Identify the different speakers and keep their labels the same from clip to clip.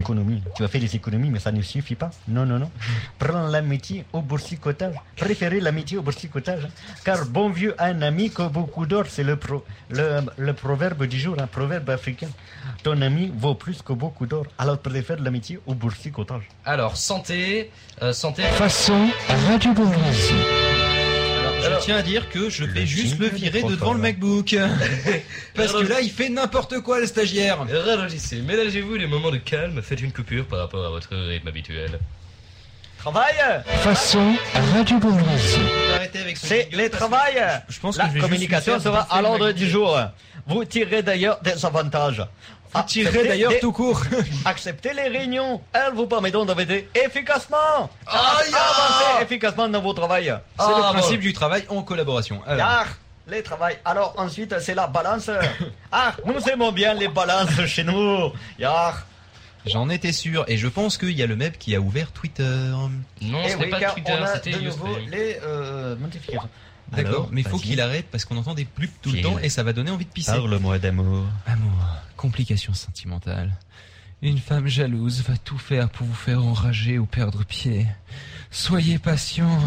Speaker 1: économies. Tu as fait des économies, mais ça ne suffit pas. Non, non, non. Prends l'amitié au boursicotage. Préférez l'amitié au boursicotage. hein. Car bon vieux un ami que beaucoup d'or, c'est le, pro- le, le proverbe du jour, un proverbe africain. Ton ami vaut plus que beaucoup d'or. Alors préfère l'amitié au boursicotage.
Speaker 2: Alors, santé, euh, santé.
Speaker 3: Façon Radio Bourgeoisie.
Speaker 2: Alors, je
Speaker 4: Je tiens à dire que je vais juste le virer devant le MacBook. Parce que là, il fait n'importe quoi, le stagiaire.
Speaker 2: tiens- Rallongissez, ménagez-vous les moments de calme, faites une coupure par rapport à votre rythme habituel.
Speaker 1: Travail
Speaker 3: Façon Radio Bourgeoisie.
Speaker 4: Arrêtez avec ce
Speaker 1: C'est
Speaker 4: jingle
Speaker 1: les
Speaker 4: parce que
Speaker 1: travail
Speaker 4: Je pense que
Speaker 1: La
Speaker 4: je vais juste
Speaker 1: communication
Speaker 4: lui faire
Speaker 1: sera
Speaker 4: bouffer
Speaker 1: à l'ordre
Speaker 4: le
Speaker 1: du
Speaker 4: MacBook.
Speaker 1: jour. Vous tirez d'ailleurs des avantages. Ah,
Speaker 4: Vous tirez Ah, d'ailleurs
Speaker 1: Acceptez
Speaker 4: tout court.
Speaker 1: Ah, Acceptez les réunions, elles vous permettront d'avancer efficacement.
Speaker 2: Aïe,
Speaker 1: Avancez efficacement dans vos travail.
Speaker 4: C'est
Speaker 2: Ah,
Speaker 4: le principe du travail en collaboration. Alors,
Speaker 1: Car les travail. Alors ensuite, c'est la balance. Ah, nous aimons bien les balances chez nous. Yar.
Speaker 4: j'en étais sûr et je pense qu'il y a le MEP qui a ouvert Twitter.
Speaker 2: Non,
Speaker 1: Eh
Speaker 2: ce
Speaker 1: oui,
Speaker 2: n'est pas
Speaker 1: car
Speaker 2: Twitter,
Speaker 1: on a
Speaker 2: c'était
Speaker 1: de nouveau
Speaker 2: Newsframe.
Speaker 1: les euh, notifications.
Speaker 4: D'accord,
Speaker 1: Alors,
Speaker 4: mais il faut
Speaker 1: vas-y.
Speaker 4: qu'il arrête parce qu'on entend des plucs tout le
Speaker 2: Qu'il-
Speaker 4: temps et ça va donner envie de pisser.
Speaker 1: Parle-moi d'amour.
Speaker 4: Amour, complications sentimentales. Une femme jalouse va tout faire pour vous faire enrager ou perdre pied. Soyez patient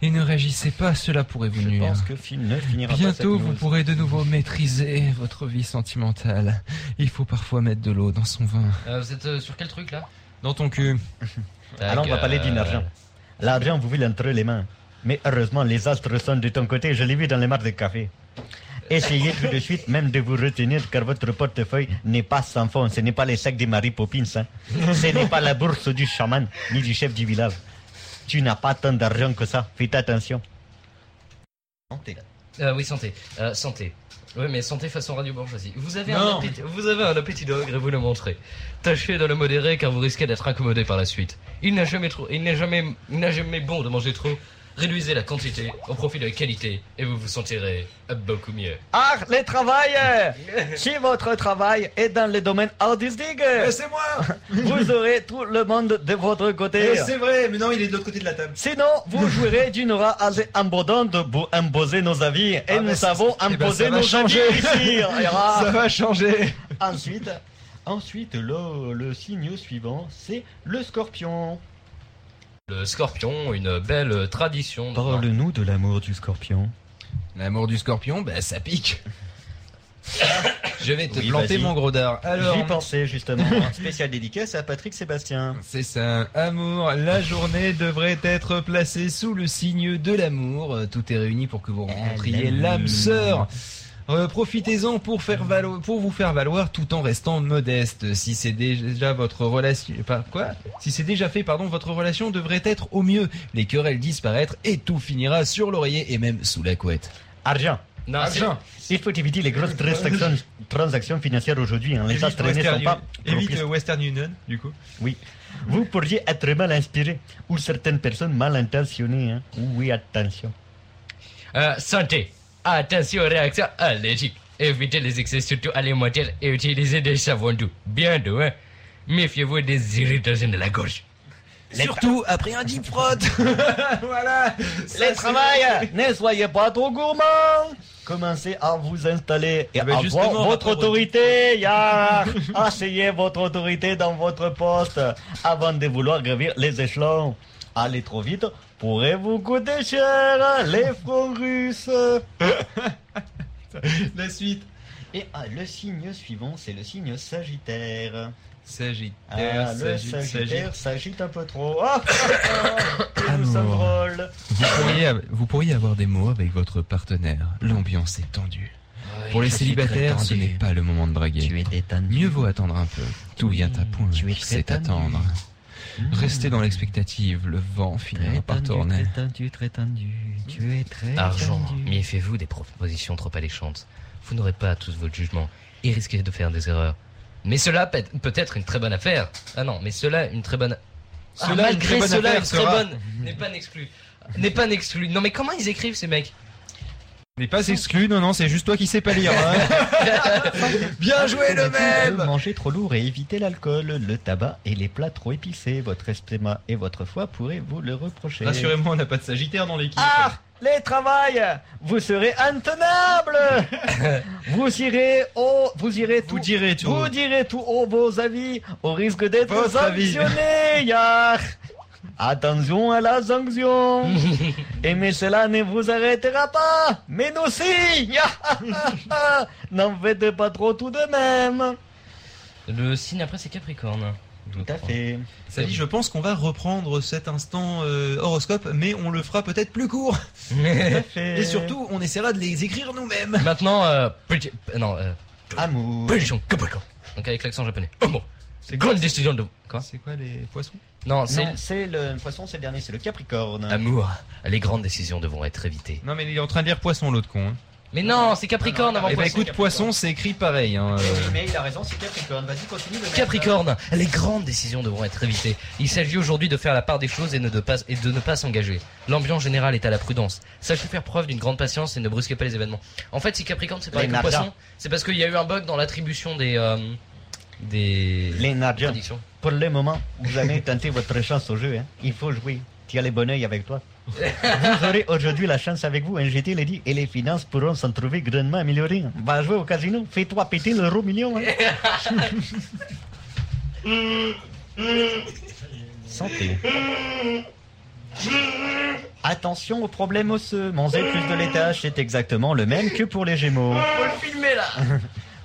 Speaker 4: et ne réagissez pas, cela pourrait vous
Speaker 1: Je
Speaker 4: nuire.
Speaker 1: pense que film ne finira pas cette
Speaker 4: Bientôt, vous
Speaker 1: news.
Speaker 4: pourrez de nouveau maîtriser votre vie sentimentale. Il faut parfois mettre de l'eau dans son vin.
Speaker 2: Euh, vous êtes euh, sur quel truc là euh,
Speaker 4: Dans ton cul.
Speaker 1: Alors Ah on va parler d'une argent. euh, L'argent vous vole entre les mains. Mais heureusement, les astres sont de ton côté, je l'ai vu dans les marques de café. Essayez tout de suite même de vous retenir car votre portefeuille n'est pas sans fond. Ce n'est pas les sacs de Mary Poppins. hein. Ce n'est pas la bourse du chaman ni du chef du village. Tu n'as pas tant d'argent que ça. Faites attention.
Speaker 2: Euh, oui, santé. Euh, santé. Oui, mais santé façon Radio Bourgeoisie. Vous avez, un
Speaker 4: Non.
Speaker 2: appétit, vous avez un appétit d'ogre et vous le montrez. Tâchez de le modérer car vous risquez d'être incommodé par la suite. Il n'a jamais trop, il n'est jamais, il n'a jamais bon de manger trop. Réduisez la quantité au profit de la qualité et vous vous sentirez beaucoup mieux.
Speaker 1: Ah, les travailleurs Si votre travail est dans le domaine artistique,
Speaker 4: Eh, moi Eh,
Speaker 1: vous aurez tout le monde de votre côté.
Speaker 4: vrai, mais non, il est de l'autre côté de la table.
Speaker 1: Sinon, vous jouerez d'une aura assez embodante pour imposer nos avis. Et
Speaker 4: ben,
Speaker 1: nous
Speaker 4: ça-
Speaker 1: savons
Speaker 4: eh ben,
Speaker 1: imposer
Speaker 4: ça va
Speaker 1: nos
Speaker 4: changer.
Speaker 1: avis ici. Ah.
Speaker 4: Ça va changer.
Speaker 1: Ensuite, ensuite le, le signe suivant, c'est le scorpion.
Speaker 2: Le scorpion, une belle tradition.
Speaker 1: Parle-nous de l'amour du scorpion.
Speaker 4: L'amour du scorpion, bah ça pique. Je vais te
Speaker 1: Oui,
Speaker 4: planter
Speaker 1: vas-y.
Speaker 4: mon gros dard.
Speaker 1: J'y
Speaker 4: Alors,
Speaker 1: pensais justement. Spécial dédicace à Patrick Sébastien.
Speaker 4: C'est ça, amour. La journée devrait être placée sous le signe de l'amour. Euh, Tout est réuni pour que vous rencontriez
Speaker 1: l'amour.
Speaker 4: l'âme sœur. Euh, Profitez-en pour, faire valo- pour vous faire valoir tout en restant modeste. Si c'est déjà votre relation, pas- quoi Si c'est déjà fait, pardon, votre relation devrait être au mieux. Les querelles disparaître et tout finira sur l'oreiller et même sous la couette.
Speaker 1: Argent.
Speaker 2: Non,
Speaker 4: Ah,
Speaker 2: c'est-
Speaker 1: Il faut éviter les grosses transactions, transactions financières aujourd'hui. hein. Les astres ne sont pas propices
Speaker 4: Western Union, du coup.
Speaker 1: Oui. Vous pourriez être mal inspiré ou certaines personnes mal intentionnées. hein. Oui, attention.
Speaker 2: Euh, santé. Attention aux réactions allergiques. Évitez les excès, surtout alimentaires, et utilisez des savons doux. Bien doux, hein. Méfiez-vous des irritations de la gorge.
Speaker 4: Surtout après un deep frotte. voilà. Ça,
Speaker 1: Les
Speaker 4: c'est-
Speaker 1: travailleurs, ne soyez pas trop gourmands. Commencez à vous installer et
Speaker 4: Ah ben
Speaker 1: à
Speaker 4: justement,
Speaker 1: avoir votre
Speaker 4: rapport au-
Speaker 1: autorité. Yar. Asseyez votre autorité dans votre poste avant de vouloir gravir les échelons. Allez trop vite pourrait vous coûter cher les francs russes.
Speaker 4: La suite.
Speaker 1: Et ah, le signe suivant, c'est le signe Sagittaire.
Speaker 4: Sagittaire,
Speaker 1: Ah, le
Speaker 4: Sagittaire, Sagittaire.
Speaker 1: Sagittaire s'agite un peu trop. Ah, ah, ah, et nous sommes
Speaker 4: Amour.
Speaker 1: drôles.
Speaker 4: Vous pourriez, av- vous pourriez avoir des mots avec votre partenaire. L'ambiance est tendue. Pour les célibataires, ce n'est pas le moment de draguer.
Speaker 1: es
Speaker 4: Mieux vaut attendre un peu. Tout vient à point.
Speaker 1: tu es
Speaker 4: C'est
Speaker 1: très tendu.
Speaker 4: attendre. Rester dans l'expectative. Le vent finira par tourner.
Speaker 1: tendu, très tendu. Tu es très
Speaker 2: Argent, méfiez-vous des propositions trop alléchantes. Vous n'aurez pas tous votre jugement et risquez de faire des erreurs. Mais cela peut peut être une très bonne affaire. Ah non, mais cela une très bonne. Ah,
Speaker 4: Cela, une
Speaker 2: malgré
Speaker 4: très bonne
Speaker 2: cela,
Speaker 4: affaire
Speaker 2: une très
Speaker 4: sera-
Speaker 2: bonne n'est pas exclue. N'est pas exclue. Non mais comment ils écrivent ces mecs
Speaker 4: N'est pas exclu. Non, non, c'est juste toi qui sais pas lire. hein. Bien joué le même.
Speaker 1: Manger trop lourd et éviter l'alcool, le tabac et les plats trop épicés. Votre estomac et votre foie pourraient vous le reprocher.
Speaker 4: Rassurez-moi, on n'a pas de Sagittaire dans l'équipe.
Speaker 1: Ah Les travail Vous serez intenable Vous irez au vous irez tout.
Speaker 4: Vous direz tout.
Speaker 1: Vous direz tout aux vos avis, au risque d'être
Speaker 4: Votre avis.
Speaker 1: sanctionné, yar. Attention à la sanction. Aimer cela ne vous arrêtera pas. Mais nous si. yar. N'en faites pas trop tout de même.
Speaker 2: Le signe après, c'est Capricorne.
Speaker 1: Tout à fait.
Speaker 4: Ça dit, je pense qu'on va reprendre cet instant euh, horoscope, mais on le fera peut-être plus court.
Speaker 1: Tout
Speaker 2: fait.
Speaker 1: à fait.
Speaker 4: Et surtout, on essaiera de les écrire nous-mêmes.
Speaker 2: Maintenant, euh, Bridget- non, euh,
Speaker 1: amour.
Speaker 2: Pollution, Capricorne. Donc avec l'accent japonais. Oh bon.
Speaker 4: C'est
Speaker 2: Grande décision de. Quoi
Speaker 4: C'est quoi les poissons
Speaker 2: Non, c'est.
Speaker 1: Non, C'est le poisson, c'est le dernier, c'est le Capricorne.
Speaker 2: Amour. Les grandes décisions devront être évitées.
Speaker 4: Non, mais il est en train de lire poisson, l'autre con. hein.
Speaker 2: Mais non, c'est Capricorne avant
Speaker 4: Eh ben
Speaker 2: poisson.
Speaker 4: écoute, poisson, c'est écrit pareil. hein,
Speaker 1: Mais oui,
Speaker 4: euh.
Speaker 1: mais il a raison, c'est Capricorne. Vas-y, continue. le mec.
Speaker 2: Capricorne, les grandes décisions devront être évitées. Il s'agit aujourd'hui de faire la part des choses et, ne de, pas, et de ne pas s'engager. L'ambiance générale est à la prudence. Sachez faire preuve d'une grande patience et ne brusquez pas les événements. En fait, si Capricorne c'est pareil
Speaker 1: Les
Speaker 2: que
Speaker 1: nardas.
Speaker 2: Poisson, c'est parce qu'il y a eu un bug dans l'attribution des euh, des
Speaker 1: Les Nardiens,
Speaker 2: prédictions.
Speaker 1: pour le moment, vous avez tenté votre chance au jeu. hein. Il faut jouer. Tu as les bon oeil avec toi. vous aurez aujourd'hui la chance avec vous, hein. NGT l'a dit, et les finances pourront s'en trouver grandement améliorées. hein. Va jouer au casino, fais-toi péter l'euro million. hein. Santé. Attention aux problèmes osseux. Manger plus de laitage, c'est exactement le même que pour les gémeaux.
Speaker 2: Faut le filmer là.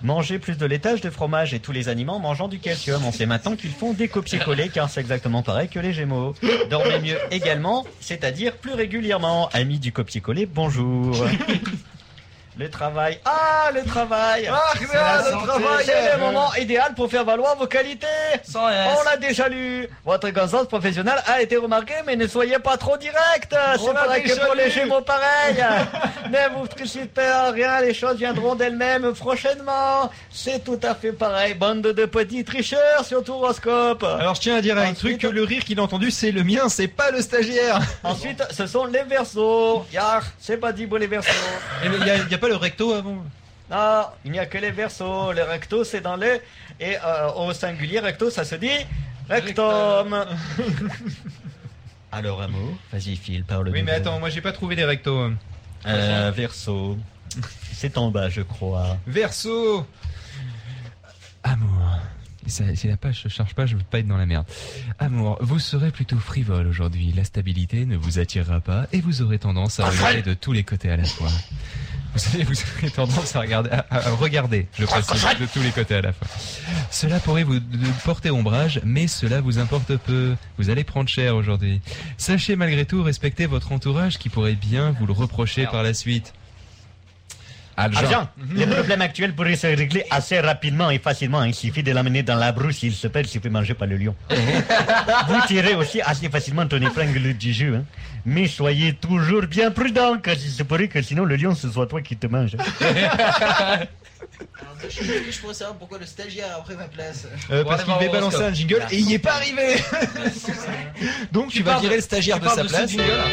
Speaker 1: Manger plus de laitage, de fromage et tous les aliments mangeant du calcium. On sait maintenant qu'ils font des copier-coller car c'est exactement pareil que les Gémeaux. Dormez mieux également, c'est-à-dire plus régulièrement. Amis du copier-coller, bonjour. Le travail. Ah, le travail
Speaker 4: C'est
Speaker 1: Ah,
Speaker 4: la
Speaker 1: le
Speaker 4: santé.
Speaker 1: travail C'est le moment idéal pour faire valoir vos qualités
Speaker 2: Sans S.
Speaker 1: On l'a déjà lu Votre conscience professionnelle a été remarquée, mais ne soyez pas trop direct
Speaker 4: On
Speaker 1: C'est
Speaker 4: l'a
Speaker 1: vrai que
Speaker 4: déjà
Speaker 1: pour les
Speaker 4: lu.
Speaker 1: Gémeaux, pareil Ne vous stressez pas, rien, les choses viendront d'elles-mêmes prochainement C'est tout à fait pareil, bande de petits tricheurs, surtout horoscope
Speaker 4: Alors je tiens à dire un
Speaker 1: Ensuite-
Speaker 4: truc que le rire qu'il a entendu c'est le mien, c'est pas le stagiaire.
Speaker 1: Ensuite, ce sont les Verseaux Yar, c'est pas dit pour les Verseaux
Speaker 4: Eh, Il y, a- y a pas le recto avant.
Speaker 1: Non, Ah, il n'y a que les versos. Le recto, c'est dans le. Et euh, au singulier, recto, ça se dit rectum. Alors, un mot Vas-y, Phil, parle Euh,
Speaker 4: Oui mais attends, moi j'ai pas trouvé les rectos. hein.
Speaker 1: verso. C'est en bas, je crois.
Speaker 4: Verso. Amour. Ça- si la page se charge pas, je veux pas être dans la merde. Amour, vous serez plutôt frivole aujourd'hui. La stabilité ne vous attirera pas et vous aurez tendance à regarder de tous les côtés à la fois. Vous savez, vous aurez tendance à regarder, à, à- à regarder, je précise, de tous les côtés à la fois. Cela pourrait vous d- d- porter ombrage, mais cela vous importe peu. Vous allez prendre cher aujourd'hui. Sachez malgré tout respecter votre entourage qui pourrait bien vous le reprocher par la suite. Algin.
Speaker 1: Argent Les problèmes actuels pourraient se régler assez rapidement et facilement. Il suffit de l'amener dans la brousse. Il se perd, il se fait manger par le lion. Vous tirez aussi assez facilement ton épingle du jeu. hein. Mais soyez toujours bien prudent, car il se pourrait que sinon le lion, ce soit toi qui te mange.
Speaker 5: Alors, je, je, je pourrais savoir pourquoi le stagiaire a pris ma place.
Speaker 4: Euh,
Speaker 2: Bon,
Speaker 4: parce
Speaker 2: allez
Speaker 4: qu'il
Speaker 2: voir
Speaker 4: devait
Speaker 2: l'horoscope.
Speaker 4: balancer un jingle et il n'y est pas arrivé. Donc tu, vas
Speaker 2: parles
Speaker 4: virer
Speaker 2: de-
Speaker 4: le stagiaire
Speaker 2: tu
Speaker 4: de
Speaker 2: parles
Speaker 4: sa
Speaker 2: de ce
Speaker 4: place.
Speaker 2: jingle, là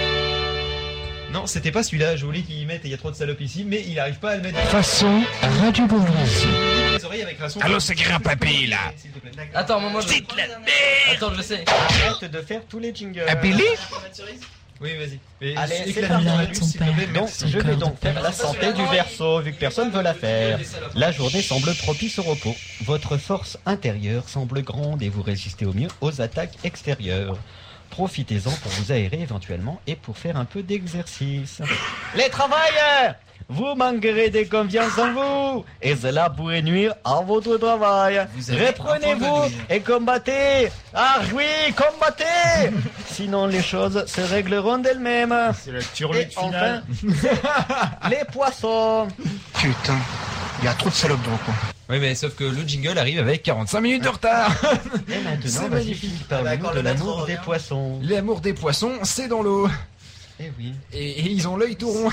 Speaker 4: Non, c'était pas celui-là. Je voulais qu'il y mette. et Il y a trop de salopes ici, mais il arrive pas à le mettre.
Speaker 3: Façon Radio Bourgeoisie.
Speaker 4: dans les oreilles avec la son.
Speaker 6: Allô, c'est Grappapé, là.
Speaker 4: S'il te plaît.
Speaker 2: Attends, moi, moi je.
Speaker 5: la
Speaker 2: Attends, je sais.
Speaker 1: Arrête de faire tous les jingles.
Speaker 6: Appelez
Speaker 4: Oui, vas-y. Mais
Speaker 1: Allez, c'est
Speaker 4: éclate-nous
Speaker 1: parti.
Speaker 4: dans la lune, s'il te plaît.
Speaker 1: Donc,
Speaker 4: Merci.
Speaker 1: je vais donc faire la santé du verso, vu que personne veut la faire. La journée semble propice au repos. Votre force intérieure semble grande et vous résistez au mieux aux attaques extérieures. Profitez-en pour vous aérer éventuellement et pour faire un peu d'exercice. Les travailleurs Vous manquerez de confiance en vous et cela pourrait nuire à votre travail.
Speaker 2: Vous avez un point de
Speaker 1: Reprenez-vous
Speaker 2: nuire.
Speaker 1: et combattez Ah oui, combattez Sinon les choses se régleront d'elles-mêmes.
Speaker 6: C'est la
Speaker 1: Et
Speaker 6: turlute
Speaker 1: enfin, les poissons.
Speaker 6: Putain, il y a trop de salopes dans le coin.
Speaker 4: Oui, mais sauf que le jingle arrive avec 45 minutes de retard.
Speaker 1: Et maintenant,
Speaker 4: C'est
Speaker 1: vas-y,
Speaker 4: magnifique.
Speaker 1: Philippe,
Speaker 5: Ah bah,
Speaker 1: parle-nous
Speaker 5: encore
Speaker 1: de
Speaker 5: le maître
Speaker 1: l'amour des
Speaker 5: revient.
Speaker 1: poissons.
Speaker 4: L'amour des poissons, c'est dans l'eau.
Speaker 1: Eh oui.
Speaker 4: Et, et ils ont l'œil tout rond.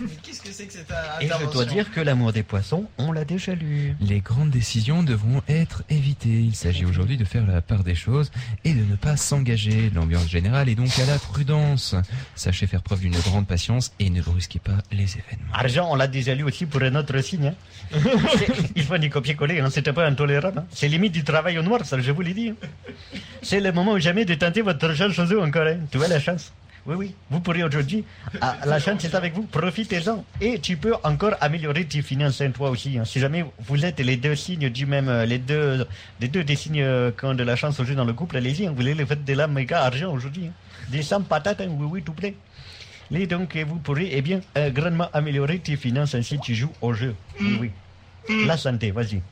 Speaker 5: Mais qu'est-ce que c'est que cette euh,
Speaker 1: Et je
Speaker 5: intervention
Speaker 1: dois dire que l'amour des poissons, on l'a déjà lu.
Speaker 4: Les grandes décisions devront être évitées. Il s'agit aujourd'hui de faire la part des choses et de ne pas s'engager. L'ambiance générale est donc à la prudence. Sachez faire preuve d'une grande patience et ne brusquez pas les événements.
Speaker 1: Argent, on l'a déjà lu aussi pour un autre signe. hein. C'est- Il faut du copier-coller, hein, c'était pas intolérable. hein. C'est limite du travail au noir, ça je vous l'ai dit. hein. C'est le moment ou jamais de tenter votre chance aux eux encore. hein. Tu vois la chance Oui, oui. Vous pourrez aujourd'hui. Ah, la chance est avec vous. Profitez-en. Et tu peux encore améliorer tes finances, hein, toi aussi. hein. Si jamais vous êtes les deux signes du même, euh, les deux, les deux des signes euh, qui ont de la chance aujourd'hui dans le couple, allez-y. hein. Vous voulez les fêtes de la méga argent aujourd'hui. hein. Des 100 patates, hein. oui, oui, tout plaît. Et donc, et vous pourrez, eh bien, euh, grandement améliorer tes finances hein, si tu joues au jeu. Oui, oui. La santé, vas-y.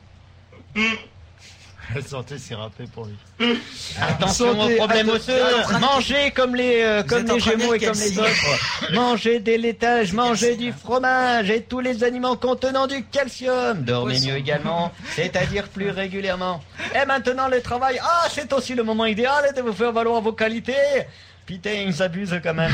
Speaker 7: La santé, c'est râpé pour lui.
Speaker 1: Attention aux problèmes osseux, mangez comme les, euh, comme
Speaker 8: êtes en
Speaker 1: les
Speaker 8: train de
Speaker 1: gémeaux et
Speaker 8: dire
Speaker 1: comme les
Speaker 8: calcine.
Speaker 1: autres. mangez des laitages, mangez du
Speaker 8: calcine.
Speaker 1: fromage et tous les aliments contenant du calcium. Dormez
Speaker 8: Poisson.
Speaker 1: mieux également, c'est-à-dire plus régulièrement. Et maintenant le travail, ah c'est aussi le moment idéal de vous faire valoir vos qualités. Putain, ils s'abusent quand même.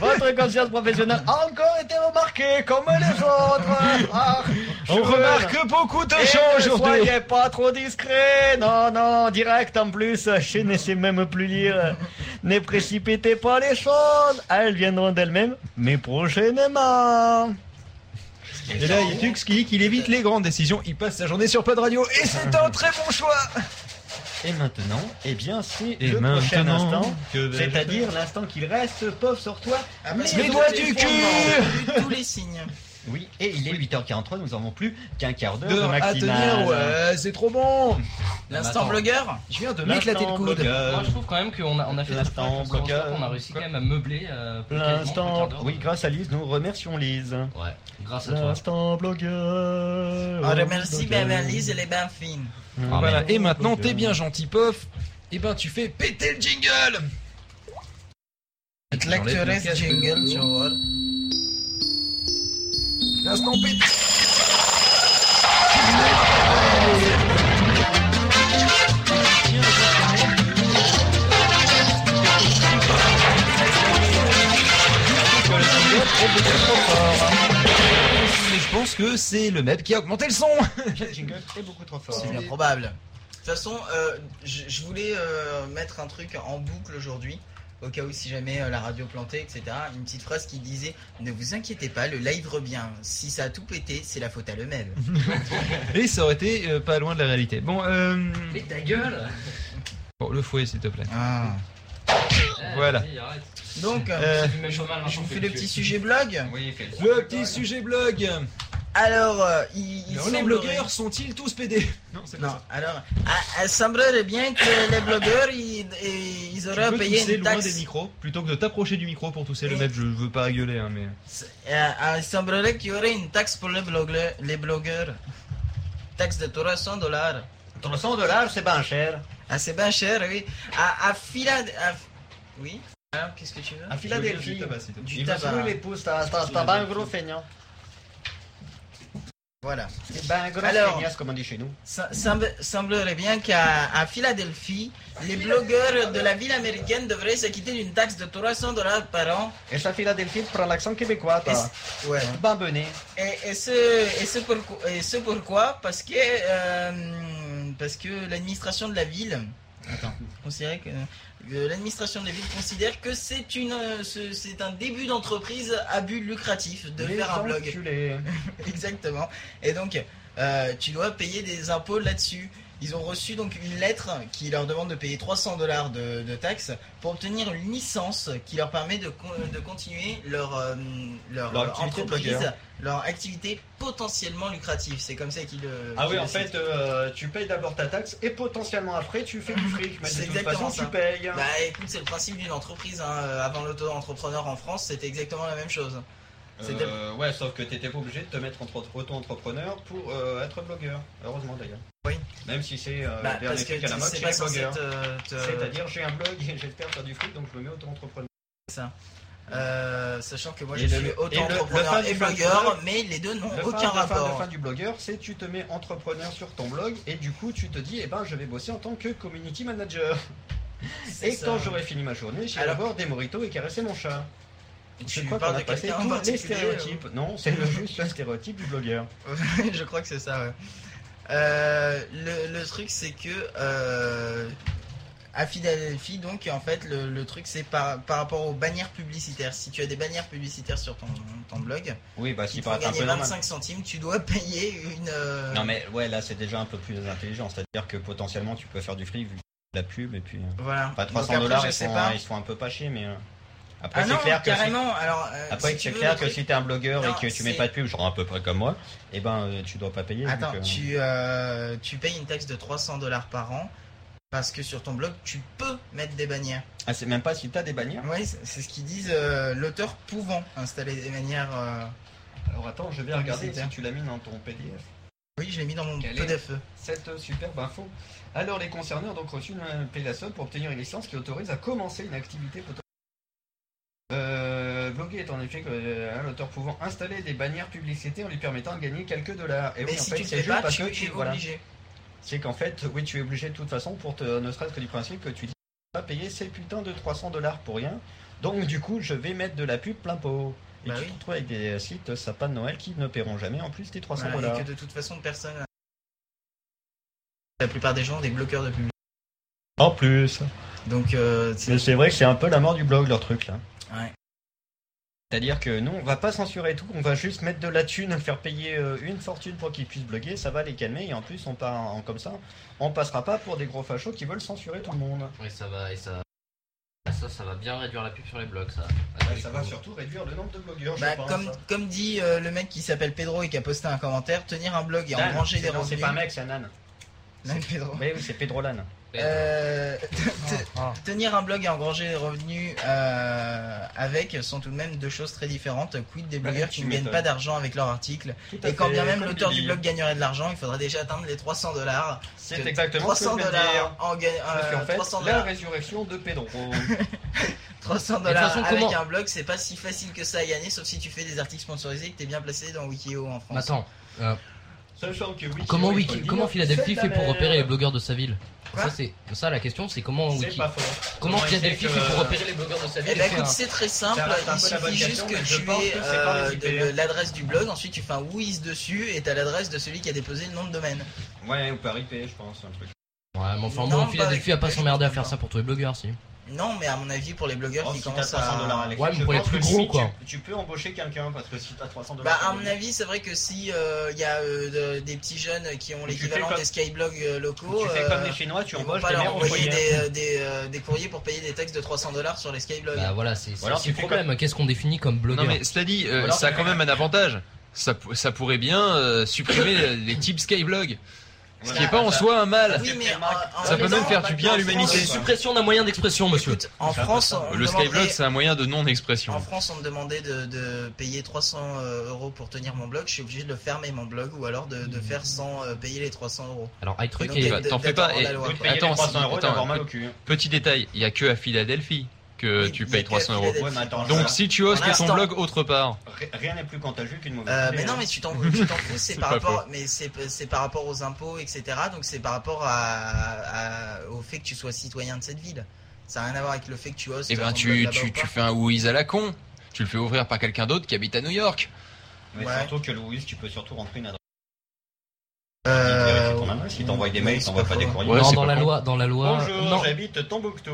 Speaker 1: Votre conscience professionnelle a encore été remarquée comme les autres. Ah,
Speaker 4: On
Speaker 1: je-
Speaker 4: remarque beaucoup de
Speaker 1: et
Speaker 4: gens
Speaker 1: ne
Speaker 4: aujourd'hui.
Speaker 1: Soyez pas trop discret. Non, non, direct en plus. Je ne sais même plus lire. Ne précipitez pas les choses. Elles viendront d'elles-mêmes, mais prochainement.
Speaker 4: Et là, il y a Tux qui dit qu'il évite les grandes décisions. Il passe sa journée sur Pod Radio et c'est un très bon choix.
Speaker 1: Et maintenant, eh bien, c'est
Speaker 4: Et
Speaker 1: le prochain
Speaker 4: maintenant,
Speaker 1: instant.
Speaker 4: que vais-je
Speaker 1: C'est-à-dire l'instant qu'il reste, pauvre sur toi.
Speaker 8: Ah, parce
Speaker 1: Les
Speaker 8: que
Speaker 1: doigts
Speaker 8: tous
Speaker 1: du
Speaker 8: les
Speaker 1: cul
Speaker 8: fondements, tous- Tous les signes.
Speaker 1: Oui, et il est 8h43, nous avons plus qu'un quart d'heure
Speaker 4: Deux
Speaker 1: de
Speaker 4: à
Speaker 1: matinale.
Speaker 4: tenir, ouais, c'est trop bon.
Speaker 8: L'instant
Speaker 2: attends.
Speaker 8: blogueur
Speaker 4: Je viens de
Speaker 1: m'éclater
Speaker 4: m'éclater
Speaker 1: le
Speaker 4: le
Speaker 1: coude.
Speaker 4: coude.
Speaker 2: Moi, je trouve quand même qu'on a, on a fait des
Speaker 1: Euh, L'instant
Speaker 2: choix pour ce
Speaker 1: bloqueur.
Speaker 2: soir qu'on a réussi quand même à meubler. euh, pour quasiment trois
Speaker 1: L'instant,
Speaker 2: quarts d'heure.
Speaker 1: oui, grâce à Lise, nous remercions Lise.
Speaker 2: Ouais, grâce à toi.
Speaker 1: L'instant blogueur.
Speaker 8: On Oh, remercie
Speaker 1: Blogueur.
Speaker 8: bien Lise, elle est bien fine.
Speaker 4: Mmh. Voilà, et maintenant, t'es bien gentil, pof. Et ben, tu fais péter le jingle.
Speaker 8: Lecturesse jingle, tu vas voir.
Speaker 4: L'instant pété. Et Je pense que c'est le mec qui a augmenté le son.
Speaker 8: C'est bien probable. De toute façon, euh, je je voulais euh, mettre un truc en boucle aujourd'hui, au cas où si jamais euh, la radio plantait, etc. Une petite phrase qui disait Ne vous inquiétez pas, le live revient. Si ça a tout pété, c'est la faute à le même.
Speaker 4: Et ça aurait été euh, pas loin de la réalité. Bon, euh,
Speaker 2: Mais ta gueule
Speaker 4: bon, le fouet, s'il te plaît.
Speaker 8: Ah.
Speaker 4: Voilà.
Speaker 2: Eh, vas-y, arrête.
Speaker 8: Donc, euh,
Speaker 4: Euh,
Speaker 2: C'est du méchant mal,
Speaker 8: je
Speaker 2: maintenant,
Speaker 8: vous
Speaker 2: fais
Speaker 8: fais le
Speaker 2: cul.
Speaker 8: petit sujet blog.
Speaker 2: Oui, fais le
Speaker 4: le petit sujet blog.
Speaker 8: Alors, euh, il, il
Speaker 4: Alors, les
Speaker 8: semblerait-
Speaker 4: blogueurs sont-ils tous pédés Non, c'est
Speaker 8: Non, alors, à- à semblerait bien que les blogueurs, ils, ils- ils
Speaker 4: Tu
Speaker 8: auraient
Speaker 4: peux
Speaker 8: payé
Speaker 4: tousser
Speaker 8: une
Speaker 4: loin
Speaker 8: taxe.
Speaker 4: des micros plutôt que de t'approcher du micro pour tousser le
Speaker 8: Et-
Speaker 4: mec. Je veux pas gueuler, hein, mais.
Speaker 8: Euh, euh, il semblerait qu'il y aurait une taxe pour les blogueurs. Les blogueurs. Taxe de 300 dollars.
Speaker 1: 300 dollars, c'est ben cher.
Speaker 8: Ah, c'est bien cher, oui. À, à Philad... à- Oui Alors, qu'est-ce que tu veux
Speaker 1: À Philadelphie.
Speaker 8: Du
Speaker 1: Il va
Speaker 8: tabac.
Speaker 1: se les pouces, t'as t'as- t'as ben un gros feignant.
Speaker 8: Voilà.
Speaker 1: C'est ben un gros
Speaker 8: Alors-
Speaker 1: feignasse, comme on dit chez nous.
Speaker 8: Sem- semble- semblerait bien qu'à à Philadelphie, les blogueurs de la ville américaine devraient se quitter d'une taxe de 300 dollars par an.
Speaker 1: Et ça, Philadelphie, tu prends l'accent québécois,
Speaker 8: Et,
Speaker 1: t'as.
Speaker 8: c- ouais.
Speaker 1: Ben bené.
Speaker 8: et, et ce, et, ce pourquoi- et ce pourquoi Parce que, euh, parce que l'administration de la ville. Attends, considérez que. que L'administration de la ville considère que c'est une, euh, ce- c'est un début d'entreprise à but lucratif de
Speaker 1: Les
Speaker 8: faire un blog.
Speaker 1: enculés.
Speaker 8: Exactement. Et donc, euh, tu dois payer des impôts là-dessus. Ils ont reçu donc une lettre qui leur demande de payer 300 dollars de, de taxes pour obtenir une licence qui leur permet de, con- de continuer leur, euh, leur,
Speaker 4: Leur
Speaker 8: euh,
Speaker 4: activité de
Speaker 8: entreprise,
Speaker 4: blogueur.
Speaker 8: leur activité potentiellement lucrative. C'est comme ça qu'ils le.
Speaker 1: Ah oui,
Speaker 8: qu'ils
Speaker 1: en
Speaker 8: le citent.
Speaker 1: fait, euh, tu payes d'abord ta taxe et potentiellement après, tu fais du fric. Mais
Speaker 8: C'est
Speaker 1: de toute
Speaker 8: exactement
Speaker 1: façon,
Speaker 8: ça.
Speaker 1: tu payes.
Speaker 8: Bah écoute, c'est le principe d'une entreprise. hein. Euh, Avant l'auto-entrepreneur en France, c'était exactement la même chose. C'était-
Speaker 1: Euh, ouais, sauf que t'étais pas obligé de te mettre entre auto-entrepreneur pour euh, être blogueur. Heureusement d'ailleurs.
Speaker 8: Oui.
Speaker 1: Même si c'est euh,
Speaker 8: Bah,
Speaker 1: le dernier
Speaker 8: parce que
Speaker 1: truc à la
Speaker 8: tu-
Speaker 1: mode
Speaker 8: c'est
Speaker 1: chez
Speaker 8: pas
Speaker 1: les
Speaker 8: censé
Speaker 1: blogueurs.
Speaker 8: te- te-
Speaker 1: C'est-à-dire, j'ai un blog et j'espère faire du fric, donc je me mets auto-entrepreneur.
Speaker 8: Euh, sachant que moi
Speaker 1: Et
Speaker 8: je
Speaker 1: le-
Speaker 8: suis
Speaker 1: et le-
Speaker 8: auto-entrepreneur
Speaker 1: le
Speaker 8: et,
Speaker 1: fan du
Speaker 8: blogueur,
Speaker 1: blogueur,
Speaker 8: mais les deux n'ont
Speaker 1: Le
Speaker 8: aucun
Speaker 1: fin, le fin-
Speaker 8: rapport.
Speaker 1: le fin du blogueur, c'est tu te mets entrepreneur sur ton blog et du coup tu te dis, eh ben je vais bosser en tant que community manager.
Speaker 8: C'est
Speaker 1: Et
Speaker 8: ça.
Speaker 1: quand j'aurai fini ma journée, j'irai
Speaker 8: Alors-
Speaker 1: boire des moritos et caresser mon chat.
Speaker 8: Tu
Speaker 1: Je crois qu'on
Speaker 8: parles
Speaker 1: a
Speaker 8: de
Speaker 1: passé
Speaker 8: quelqu'un en
Speaker 1: tous les
Speaker 8: particulier,
Speaker 1: stéréotypes. Non, c'est le- juste le stéréotype du blogueur.
Speaker 8: euh, Je crois que c'est ça, ouais. Euh, le, le truc c'est que euh, à Philadelphie, donc en fait, le, le truc c'est par, par rapport aux bannières publicitaires. Si tu as des bannières publicitaires sur ton, ton blog,
Speaker 1: Oui, bah si
Speaker 8: si
Speaker 1: par
Speaker 8: pour
Speaker 1: un
Speaker 8: gagner
Speaker 1: peu normal.
Speaker 8: 25 centimes, tu dois payer une. euh,
Speaker 1: Non mais ouais là c'est déjà un peu plus intelligent, c'est-à-dire que potentiellement tu peux faire du free vu la pub et puis... euh,
Speaker 8: Voilà.
Speaker 1: Pas
Speaker 8: Donc
Speaker 1: 300
Speaker 8: après,
Speaker 1: dollars
Speaker 8: je
Speaker 1: ils
Speaker 8: sais
Speaker 1: sont,
Speaker 8: pas.
Speaker 1: ils sont un peu pas chiés mais... euh, Après,
Speaker 8: Ah
Speaker 1: c'est
Speaker 8: non,
Speaker 1: clair que si,
Speaker 8: carrément. Alors, euh,
Speaker 1: après,
Speaker 8: si tu
Speaker 1: c'est
Speaker 8: veux,
Speaker 1: clair
Speaker 8: le
Speaker 1: que
Speaker 8: truc-
Speaker 1: si t'es un blogueur et
Speaker 8: Non,
Speaker 1: que tu mets
Speaker 8: c'est-
Speaker 1: pas de pub, genre un peu près comme moi, eh ben, euh, tu dois pas payer. vu
Speaker 8: Attends,
Speaker 1: que-
Speaker 8: tu, euh, tu payes une taxe de 300 dollars par an parce que sur ton blog, tu peux mettre des bannières.
Speaker 1: Ah, c'est même pas si t'as des bannières.
Speaker 8: Oui, c'est c'est ce qu'ils disent, euh, l'auteur pouvant installer des bannières. euh,
Speaker 1: Alors attends, je vais
Speaker 8: regarder si
Speaker 1: tu l'as mis dans ton PDF.
Speaker 8: Oui, je l'ai mis dans mon
Speaker 1: Quelle est-
Speaker 8: PDF.
Speaker 1: Cette euh, superbe info. Alors, les concernés ont donc reçu une euh, appellation pour obtenir une licence qui autorise à commencer une activité potentielle. Euh, bloguer est en effet que, euh, un l'auteur pouvant installer des bannières publicité en lui permettant de gagner quelques dollars. Et oui,
Speaker 8: Mais
Speaker 1: en
Speaker 8: si
Speaker 1: fait,
Speaker 8: tu le
Speaker 1: c'est
Speaker 8: fais
Speaker 1: juste
Speaker 8: pas,
Speaker 1: parce
Speaker 8: tu
Speaker 1: que
Speaker 8: es
Speaker 1: voilà.
Speaker 8: obligé.
Speaker 1: C'est qu'en fait, oui, tu es obligé de toute façon pour te, ne serait-ce que du principe que tu dis pas payer ces putains de 300 dollars pour rien. Donc, du coup, je vais mettre de la pub plein pot. Et
Speaker 8: Bah
Speaker 1: tu
Speaker 8: oui.
Speaker 1: te retrouves avec des euh, sites euh, sapins de Noël qui ne paieront jamais en plus tes 300
Speaker 8: Voilà,
Speaker 1: dollars.
Speaker 8: et que de toute façon, personne. La plupart des gens ont des bloqueurs de public.
Speaker 1: En plus.
Speaker 8: Donc, euh, c'est-
Speaker 1: Mais c'est vrai que c'est un peu la mort du blog, leur truc là.
Speaker 8: Ouais.
Speaker 1: C'est-à-dire que nous, on va pas censurer tout, on va juste mettre de la thune, faire payer euh, une fortune pour qu'ils puissent bloguer, ça va les calmer, et en plus, on part en, comme ça, on passera pas pour des gros fachos qui veulent censurer tout le monde.
Speaker 9: Et ça va, et ça. Ah, Ça, ça va bien réduire la pub sur les blogs, ça.
Speaker 1: ça va surtout réduire le nombre de blogueurs,
Speaker 8: Bah, comme, comme dit euh, le mec qui s'appelle Pedro et qui a posté un commentaire, tenir un blog et en brancher des
Speaker 1: Ah, C'est
Speaker 8: revenus.
Speaker 1: pas un mec, c'est un âne.
Speaker 8: Nan Pedro.
Speaker 1: Oui, oui, c'est Pedro l'âne.
Speaker 8: Euh, Tenir un blog et engranger des revenus euh, avec sont tout de même deux choses très différentes. Quid des
Speaker 1: Bah,
Speaker 8: blogueurs
Speaker 1: tu
Speaker 8: qui ne gagnent
Speaker 1: m'étonnes.
Speaker 8: pas d'argent avec leur article.
Speaker 1: Tout à
Speaker 8: Et quand
Speaker 1: fait,
Speaker 8: bien même
Speaker 1: comme
Speaker 8: l'auteur
Speaker 1: tu
Speaker 8: du
Speaker 1: dis.
Speaker 8: blog gagnerait de l'argent, il faudrait déjà atteindre les 300 dollars.
Speaker 1: C'est exactement ce que
Speaker 8: 300
Speaker 1: je viens de dire.
Speaker 8: dollars en gagnant.
Speaker 1: Parce qu'en fait,
Speaker 8: 300
Speaker 1: la
Speaker 8: dollars.
Speaker 1: résurrection de Pedro.
Speaker 8: 300
Speaker 2: de toute
Speaker 8: dollars
Speaker 2: façon,
Speaker 8: avec
Speaker 2: comment-
Speaker 8: un blog, c'est pas si facile que ça à gagner, sauf si tu fais des articles sponsorisés et que t'es bien placé dans Wikio en France.
Speaker 2: Attends,
Speaker 1: Sachant que Wikio, il
Speaker 2: comment,
Speaker 1: faut
Speaker 2: Wiki,
Speaker 1: le dire,
Speaker 2: comment
Speaker 1: c'est
Speaker 2: Philadelphie
Speaker 1: de
Speaker 2: fait
Speaker 1: la
Speaker 2: pour
Speaker 4: euh,
Speaker 2: repérer les
Speaker 1: merde.
Speaker 2: blogueurs de sa ville
Speaker 8: Quoi
Speaker 2: Ça, c'est ça la question, c'est comment
Speaker 1: C'est
Speaker 2: Wiki
Speaker 1: pas hein. fort.
Speaker 2: Comment
Speaker 1: Comment il
Speaker 2: Philadelphie
Speaker 1: fait
Speaker 2: fait
Speaker 1: que-
Speaker 2: pour repérer les blogueurs de sa ville
Speaker 8: Eh
Speaker 2: et
Speaker 8: ben
Speaker 2: faire un-
Speaker 8: écoute, c'est très simple,
Speaker 1: Ça reste un
Speaker 8: il
Speaker 1: peu la bonne
Speaker 8: suffit
Speaker 1: question,
Speaker 8: juste que
Speaker 1: mais je
Speaker 8: tu
Speaker 1: pense
Speaker 8: aies
Speaker 1: que c'est
Speaker 8: euh,
Speaker 1: pas
Speaker 8: de-
Speaker 1: récupéré.
Speaker 8: de l'adresse du blog, ensuite tu fais un WHOIS dessus et t'as l'adresse de celui qui a déposé le nom de domaine.
Speaker 1: Ouais, ou par IP, je pense, un truc.
Speaker 2: Ouais, mais enfin
Speaker 8: Non,
Speaker 2: bon,
Speaker 8: pas
Speaker 2: Philadelphie a
Speaker 8: avec-
Speaker 2: pas s'emmerder à faire ça pour tous les blogueurs, si.
Speaker 8: Non, mais à mon avis, pour les blogueurs
Speaker 1: Oh,
Speaker 8: qui
Speaker 1: si t'as
Speaker 8: commencent
Speaker 1: 300 dollars,
Speaker 8: à.
Speaker 1: Alex,
Speaker 2: Ouais, mais
Speaker 1: je
Speaker 2: pour les
Speaker 1: pense
Speaker 2: plus
Speaker 1: que
Speaker 2: gros,
Speaker 1: si,
Speaker 2: quoi.
Speaker 1: Tu, tu peux embaucher quelqu'un parce que si t'as 300
Speaker 8: Bah,
Speaker 1: dollars.
Speaker 8: à mon avis, c'est vrai que si euh, il y a euh, de- des petits jeunes qui ont
Speaker 1: Tu
Speaker 8: l'équivalent
Speaker 1: fais comme-
Speaker 8: des skyblogs euh, locaux,
Speaker 1: tu fais
Speaker 8: euh,
Speaker 1: comme les Chinois, tu
Speaker 8: ils vont
Speaker 1: embauches
Speaker 8: pas
Speaker 1: des
Speaker 8: leur
Speaker 1: mères au foyer.
Speaker 8: envoyer des, euh, des, euh, des courriers pour payer des textes de 300 dollars sur les skyblogs.
Speaker 2: Bah voilà, c'est c'est
Speaker 1: alors,
Speaker 2: aussi le
Speaker 1: tu fais
Speaker 2: problème. Qu'est-ce qu'on définit comme
Speaker 4: Non
Speaker 2: blogueur
Speaker 4: mais cela dit, euh,
Speaker 1: Ou alors
Speaker 4: ça a
Speaker 1: tu
Speaker 4: quand
Speaker 1: fais-
Speaker 4: même un avantage. Ça, pou- ça pourrait bien euh, supprimer euh, les types Skyblog, ce qui
Speaker 1: Voilà.
Speaker 4: est pas en soi un mal.
Speaker 8: oui,
Speaker 1: c'est
Speaker 8: mais
Speaker 1: très marrant.
Speaker 8: en- en
Speaker 4: Ça peut
Speaker 8: même
Speaker 4: même
Speaker 8: temps,
Speaker 4: faire du bien à l'humanité.
Speaker 8: Écoute,
Speaker 2: Suppression d'un moyen d'expression, monsieur.
Speaker 8: en
Speaker 1: C'est
Speaker 8: France,
Speaker 1: important.
Speaker 8: on
Speaker 4: Le
Speaker 8: demanderait-
Speaker 4: Skyblog, c'est un moyen de
Speaker 8: En
Speaker 1: Ah.
Speaker 4: non-expression.
Speaker 8: France, on me demandait de, de payer 300 euh, euros pour tenir mon blog. Je suis obligé de le fermer mon blog ou alors de,
Speaker 4: Hmm.
Speaker 8: de faire sans euh, payer les 300 euros.
Speaker 2: Alors, iTruc
Speaker 8: Donc,
Speaker 2: est.
Speaker 4: bah,
Speaker 8: de-
Speaker 4: t'en fais pas,
Speaker 8: d'attendre
Speaker 4: et-
Speaker 8: la loi,
Speaker 1: Au lieu de
Speaker 8: quoi.
Speaker 1: payer les
Speaker 4: Attends,
Speaker 1: 300
Speaker 4: si-
Speaker 1: euros,
Speaker 4: attends,
Speaker 1: d'avoir mal au cul.
Speaker 4: Petit détail, il y a que à Philadelphie que
Speaker 8: Oui,
Speaker 4: tu
Speaker 8: il y a
Speaker 4: payes
Speaker 8: que
Speaker 4: 300 euros.
Speaker 8: Philadelphie.
Speaker 1: Ouais, mais attends,
Speaker 4: Donc
Speaker 1: Alors,
Speaker 4: si tu oses
Speaker 8: pour
Speaker 4: que ton
Speaker 8: l'instant-
Speaker 4: blog autre part,
Speaker 1: Ri- Rien n'est plus contagieux qu'une mauvaise
Speaker 8: Euh,
Speaker 1: idée,
Speaker 8: mais non,
Speaker 1: hein.
Speaker 8: mais tu t'en tu t'en fous, c'est
Speaker 4: C'est
Speaker 8: par
Speaker 4: pas
Speaker 8: rapport, mais c'est c'est par rapport aux impôts, etc. Donc c'est par rapport à, à- au fait que tu sois citoyen de cette ville. Ça n'a rien à voir avec le fait que tu oses.
Speaker 4: eh
Speaker 8: te
Speaker 4: ben
Speaker 8: rendre
Speaker 4: tu,
Speaker 8: là-bas
Speaker 4: tu,
Speaker 8: ou pas.
Speaker 4: tu fais un Whois à la con. Tu le fais ouvrir par quelqu'un d'autre qui habite à New York.
Speaker 1: Mais
Speaker 8: Ouais.
Speaker 1: surtout que Louis, tu peux surtout rentrer une adresse.
Speaker 8: Euh,
Speaker 1: Vérifier ton adresse. Il t'envoie des mails, il
Speaker 8: c'est
Speaker 1: t'envoie Euh, pas des
Speaker 8: faux.
Speaker 1: courriers.
Speaker 4: Ouais,
Speaker 2: non,
Speaker 4: c'est
Speaker 2: dans
Speaker 4: pas
Speaker 2: la
Speaker 4: con.
Speaker 2: loi, dans la loi. non.
Speaker 1: Bonjour, j'habite Tombouctou.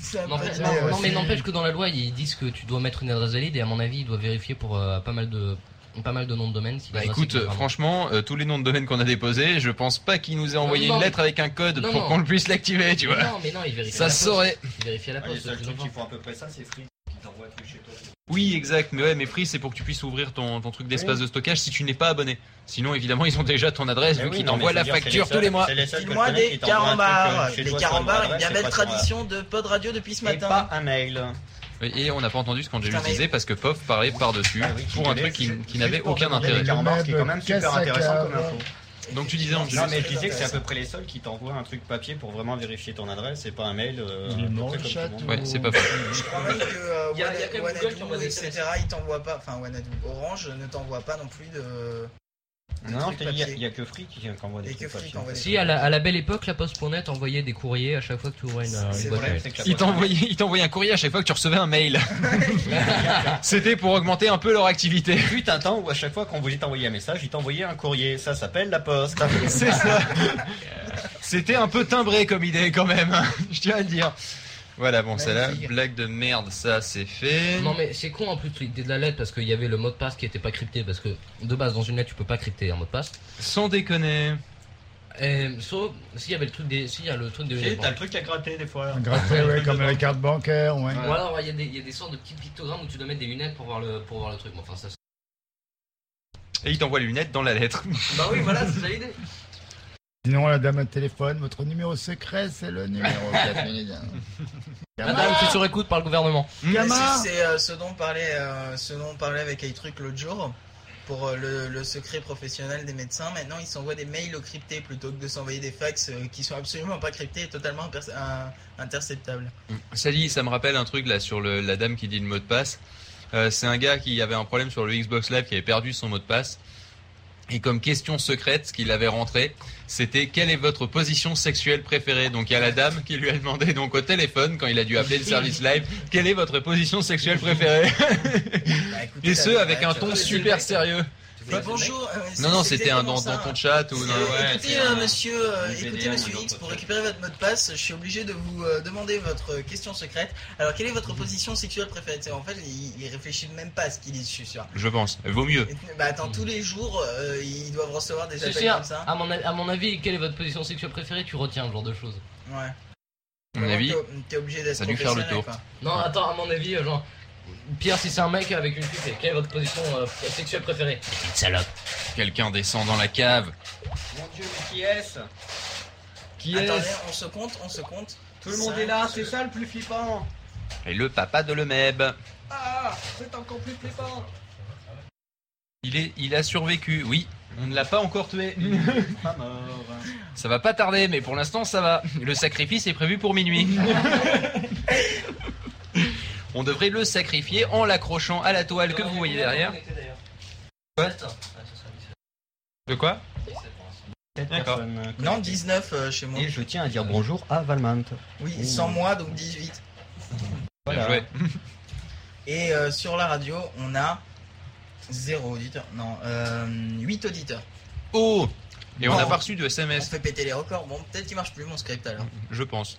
Speaker 8: C'est un peu
Speaker 2: N'empêche-
Speaker 8: de-
Speaker 2: non,
Speaker 8: euh,
Speaker 2: non, mais
Speaker 8: c'est-
Speaker 2: n'empêche que dans la loi ils disent que tu dois mettre une adresse valide et à mon avis ils doivent vérifier pour euh, pas mal de pas mal de noms de domaines. si
Speaker 4: Bah
Speaker 2: l'adresse
Speaker 4: écoute,
Speaker 2: existe vraiment.
Speaker 4: franchement, euh, tous les noms de domaines qu'on a déposés, je pense pas qu'il nous ait envoyé
Speaker 2: Non,
Speaker 4: une
Speaker 2: non.
Speaker 4: lettre avec un code
Speaker 2: Non,
Speaker 4: pour
Speaker 2: non.
Speaker 4: qu'on le puisse l'activer, tu vois.
Speaker 2: Non mais non ils vérifient. à
Speaker 4: Ça
Speaker 2: la
Speaker 4: se
Speaker 2: poste.
Speaker 4: saurait. Ah,
Speaker 2: Ils vérifient à la
Speaker 1: Ouais, Ah, Les
Speaker 2: poste.
Speaker 1: seuls
Speaker 2: plus
Speaker 1: trucs
Speaker 2: longtemps.
Speaker 1: qui font à peu près ça, c'est Free qui t'envoie un truc chez toi.
Speaker 4: Oui, exact. Mais ouais, mais Free, c'est pour que tu puisses ouvrir ton, ton truc d'espace de stockage si tu n'es pas abonné. Sinon, évidemment, ils ont déjà ton adresse
Speaker 1: Mais
Speaker 4: vu
Speaker 1: oui,
Speaker 4: qu'ils
Speaker 1: non, mais
Speaker 4: t'envoient
Speaker 1: je veux
Speaker 4: la
Speaker 1: dire, c'est les
Speaker 4: facture
Speaker 1: seuls-
Speaker 4: tous les mois.
Speaker 1: c'est seuls que je
Speaker 8: Dis-moi
Speaker 1: connais
Speaker 8: des
Speaker 1: qui t'envoient un truc, euh,
Speaker 8: carambars.
Speaker 1: chez
Speaker 8: Des
Speaker 1: toi, sur
Speaker 8: carambars, une
Speaker 1: adresse,
Speaker 8: bien
Speaker 1: c'est
Speaker 8: belle
Speaker 1: pas sur adresse.
Speaker 8: tradition de pod radio depuis ce
Speaker 1: Et
Speaker 8: matin.
Speaker 1: pas un mail.
Speaker 4: Et et on n'a pas entendu ce qu'Angelus
Speaker 8: Putain, mais-
Speaker 4: disait parce que POF parlait par-dessus
Speaker 1: Ah oui, qui
Speaker 4: pour un
Speaker 1: te
Speaker 4: truc qui,
Speaker 1: laisse-
Speaker 4: qui n'avait
Speaker 1: juste pour
Speaker 4: aucun
Speaker 1: demander
Speaker 4: intérêt.
Speaker 1: des carambars, qui est quand même super
Speaker 10: Casse à
Speaker 1: intéressant comme
Speaker 10: cave.
Speaker 1: info.
Speaker 4: Donc tu disais, Angelus.
Speaker 1: Non, mais je
Speaker 8: Très
Speaker 1: disais que c'est à
Speaker 8: intéressant.
Speaker 1: peu près les seuls qui t'envoient un truc papier pour vraiment vérifier ton adresse et pas un mail. euh,
Speaker 10: Il est
Speaker 1: un peu
Speaker 10: mort,
Speaker 1: comme
Speaker 10: le
Speaker 1: tout
Speaker 10: chat,
Speaker 1: le monde.
Speaker 10: ou-
Speaker 4: Ouais, c'est pas faux.
Speaker 8: Je crois même que euh,
Speaker 2: Il y a- il y a quand même Google qui
Speaker 8: Wanadu,
Speaker 2: envoie des
Speaker 8: etc. Ils t'envoient pas. Enfin, Wanadu, Orange ne t'envoie pas non plus de.
Speaker 1: Non, non,
Speaker 8: Des
Speaker 1: je te
Speaker 8: trucs
Speaker 1: dis, il
Speaker 8: papier.
Speaker 1: n'y a que Free qui qui envoie des
Speaker 8: Et que
Speaker 1: trucs
Speaker 8: Free
Speaker 1: papier.
Speaker 8: t'envoie des
Speaker 2: Si à la, à la belle époque la poste.net envoyait des courriers à chaque fois que tu ouvrais une, euh,
Speaker 8: C'est
Speaker 2: une boîte
Speaker 8: vrai.
Speaker 2: mail.
Speaker 1: C'est que
Speaker 4: Il
Speaker 1: la boîte-
Speaker 4: t'envoyait il t'envoyait un courrier à chaque fois que tu recevais un mail. C'était pour augmenter un peu leur activité.
Speaker 1: Il fut un temps où à chaque fois qu'on voulait t'envoyer un message, il t'envoyait un courrier. Ça s'appelle la poste.
Speaker 4: C'est ça. C'était un peu timbré comme idée quand même. hein. Je tiens à le dire. Voilà, bon, c'est la
Speaker 8: Magnifique.
Speaker 4: blague de merde, ça c'est fait.
Speaker 2: Non mais c'est con en plus l'idée de la lettre parce qu'il y avait le mot de passe qui était pas crypté parce que de base dans une lettre tu peux pas crypter un mot de passe.
Speaker 4: Sans déconner.
Speaker 2: Euh, sauf s'il y avait le truc des. S'il y a le truc de.
Speaker 1: Si, T'as le truc à gratter des fois.
Speaker 3: Gratter, ouais, comme les cartes bancaires, ouais.
Speaker 9: Ou alors, il y, a des- il y a des sortes de petits pictogrammes où tu dois mettre des lunettes pour voir le, pour voir le truc. mais Enfin, ça, c'est-
Speaker 4: Et il t'envoie les lunettes dans la lettre.
Speaker 9: bah oui, voilà, c'est ça l'idée.
Speaker 3: Sinon, la dame au téléphone, votre numéro secret, c'est le numéro 4000.
Speaker 2: Madame, c'est sur écoute par le gouvernement.
Speaker 4: Mmh.
Speaker 8: C'est- C'est euh, ce dont on parlait, euh, ce dont on parlait avec iTruc l'autre jour. Pour euh, le, le secret professionnel des médecins, maintenant ils s'envoient des mails au cryptés plutôt que de s'envoyer des fax euh, qui sont absolument pas cryptés et totalement imper- euh, interceptables.
Speaker 4: Ça dit, ça me rappelle un truc là sur le- la dame qui dit le mot de passe. Euh, c'est un gars qui avait un problème sur le Xbox Live qui avait perdu son mot de passe. Et comme question secrète, ce qu'il avait rentré, c'était quelle est votre position sexuelle préférée. Donc il y a la dame qui lui a demandé donc au téléphone quand il a dû appeler le service live, quelle est votre position sexuelle préférée.
Speaker 8: Bah,
Speaker 4: Et ce avec un ton super sérieux.
Speaker 8: Mais bonjour. euh,
Speaker 4: Non non,
Speaker 8: c'est
Speaker 4: c'était un dans,
Speaker 8: exactement
Speaker 4: dans
Speaker 8: ça.
Speaker 4: ton chat ou
Speaker 8: Euh,
Speaker 4: non. ouais,
Speaker 8: écoutez,
Speaker 4: c'est
Speaker 8: euh,
Speaker 4: un-
Speaker 8: monsieur, euh,
Speaker 4: une
Speaker 8: écoutez,
Speaker 4: BDM,
Speaker 8: monsieur
Speaker 4: un
Speaker 8: X,
Speaker 4: autre
Speaker 8: pour
Speaker 4: truc.
Speaker 8: récupérer votre mot de passe, je suis obligé de vous euh, demander votre question secrète. Alors, quelle est votre
Speaker 4: Mhm.
Speaker 8: position sexuelle préférée C'est- En fait, ils, ils réfléchissent même pas à ce qu'ils disent, je suis sûr.
Speaker 4: Je pense. Vaut mieux.
Speaker 8: Et- Bah
Speaker 4: Mhm.
Speaker 8: attends, tous les jours, euh, ils doivent recevoir des
Speaker 2: C'est
Speaker 8: appels
Speaker 2: sûr,
Speaker 8: comme ça.
Speaker 2: à mon, a- à mon avis, quelle est votre position sexuelle préférée Tu retiens ce genre de choses.
Speaker 8: Ouais.
Speaker 4: À mon avis,
Speaker 8: T'es- T'es obligé d'être
Speaker 4: ça a dû faire le tour.
Speaker 8: professionnel, quoi.
Speaker 2: Non, attends, à mon avis, euh, genre. Pierre, si c'est un mec avec une fille, c'est quelle est votre position euh, sexuelle préférée Petite salope.
Speaker 4: quelqu'un descend dans la cave.
Speaker 11: Mon dieu, mais qui est-ce
Speaker 4: Qui
Speaker 8: Attendez,
Speaker 4: est-ce
Speaker 8: on se compte, on se compte.
Speaker 11: Tout le monde est là, c'est ça le plus flippant
Speaker 4: Et le papa de Lemeb.
Speaker 11: Ah, c'est encore plus flippant
Speaker 4: Il, est, il a survécu, oui. On ne l'a pas encore tué.
Speaker 1: Pas mort.
Speaker 4: ça va pas tarder, mais pour l'instant ça va. Le sacrifice est prévu pour minuit. On devrait le sacrifier en l'accrochant à la toile que vous voyez derrière. Quoi De quoi D'accord.
Speaker 8: Non, 19 euh, chez moi.
Speaker 1: Et je tiens à dire bonjour à Valmont.
Speaker 8: Oui, sans moi, donc 18.
Speaker 4: Bien joué.
Speaker 8: Et euh, sur la radio, on a 0 auditeur. Non, euh, 8 auditeurs.
Speaker 4: Oh Et on n'a
Speaker 8: Oh.
Speaker 4: pas reçu de SMS.
Speaker 8: On fait péter les records. Bon, peut-être qu'il marche plus mon script alors.
Speaker 4: Je pense.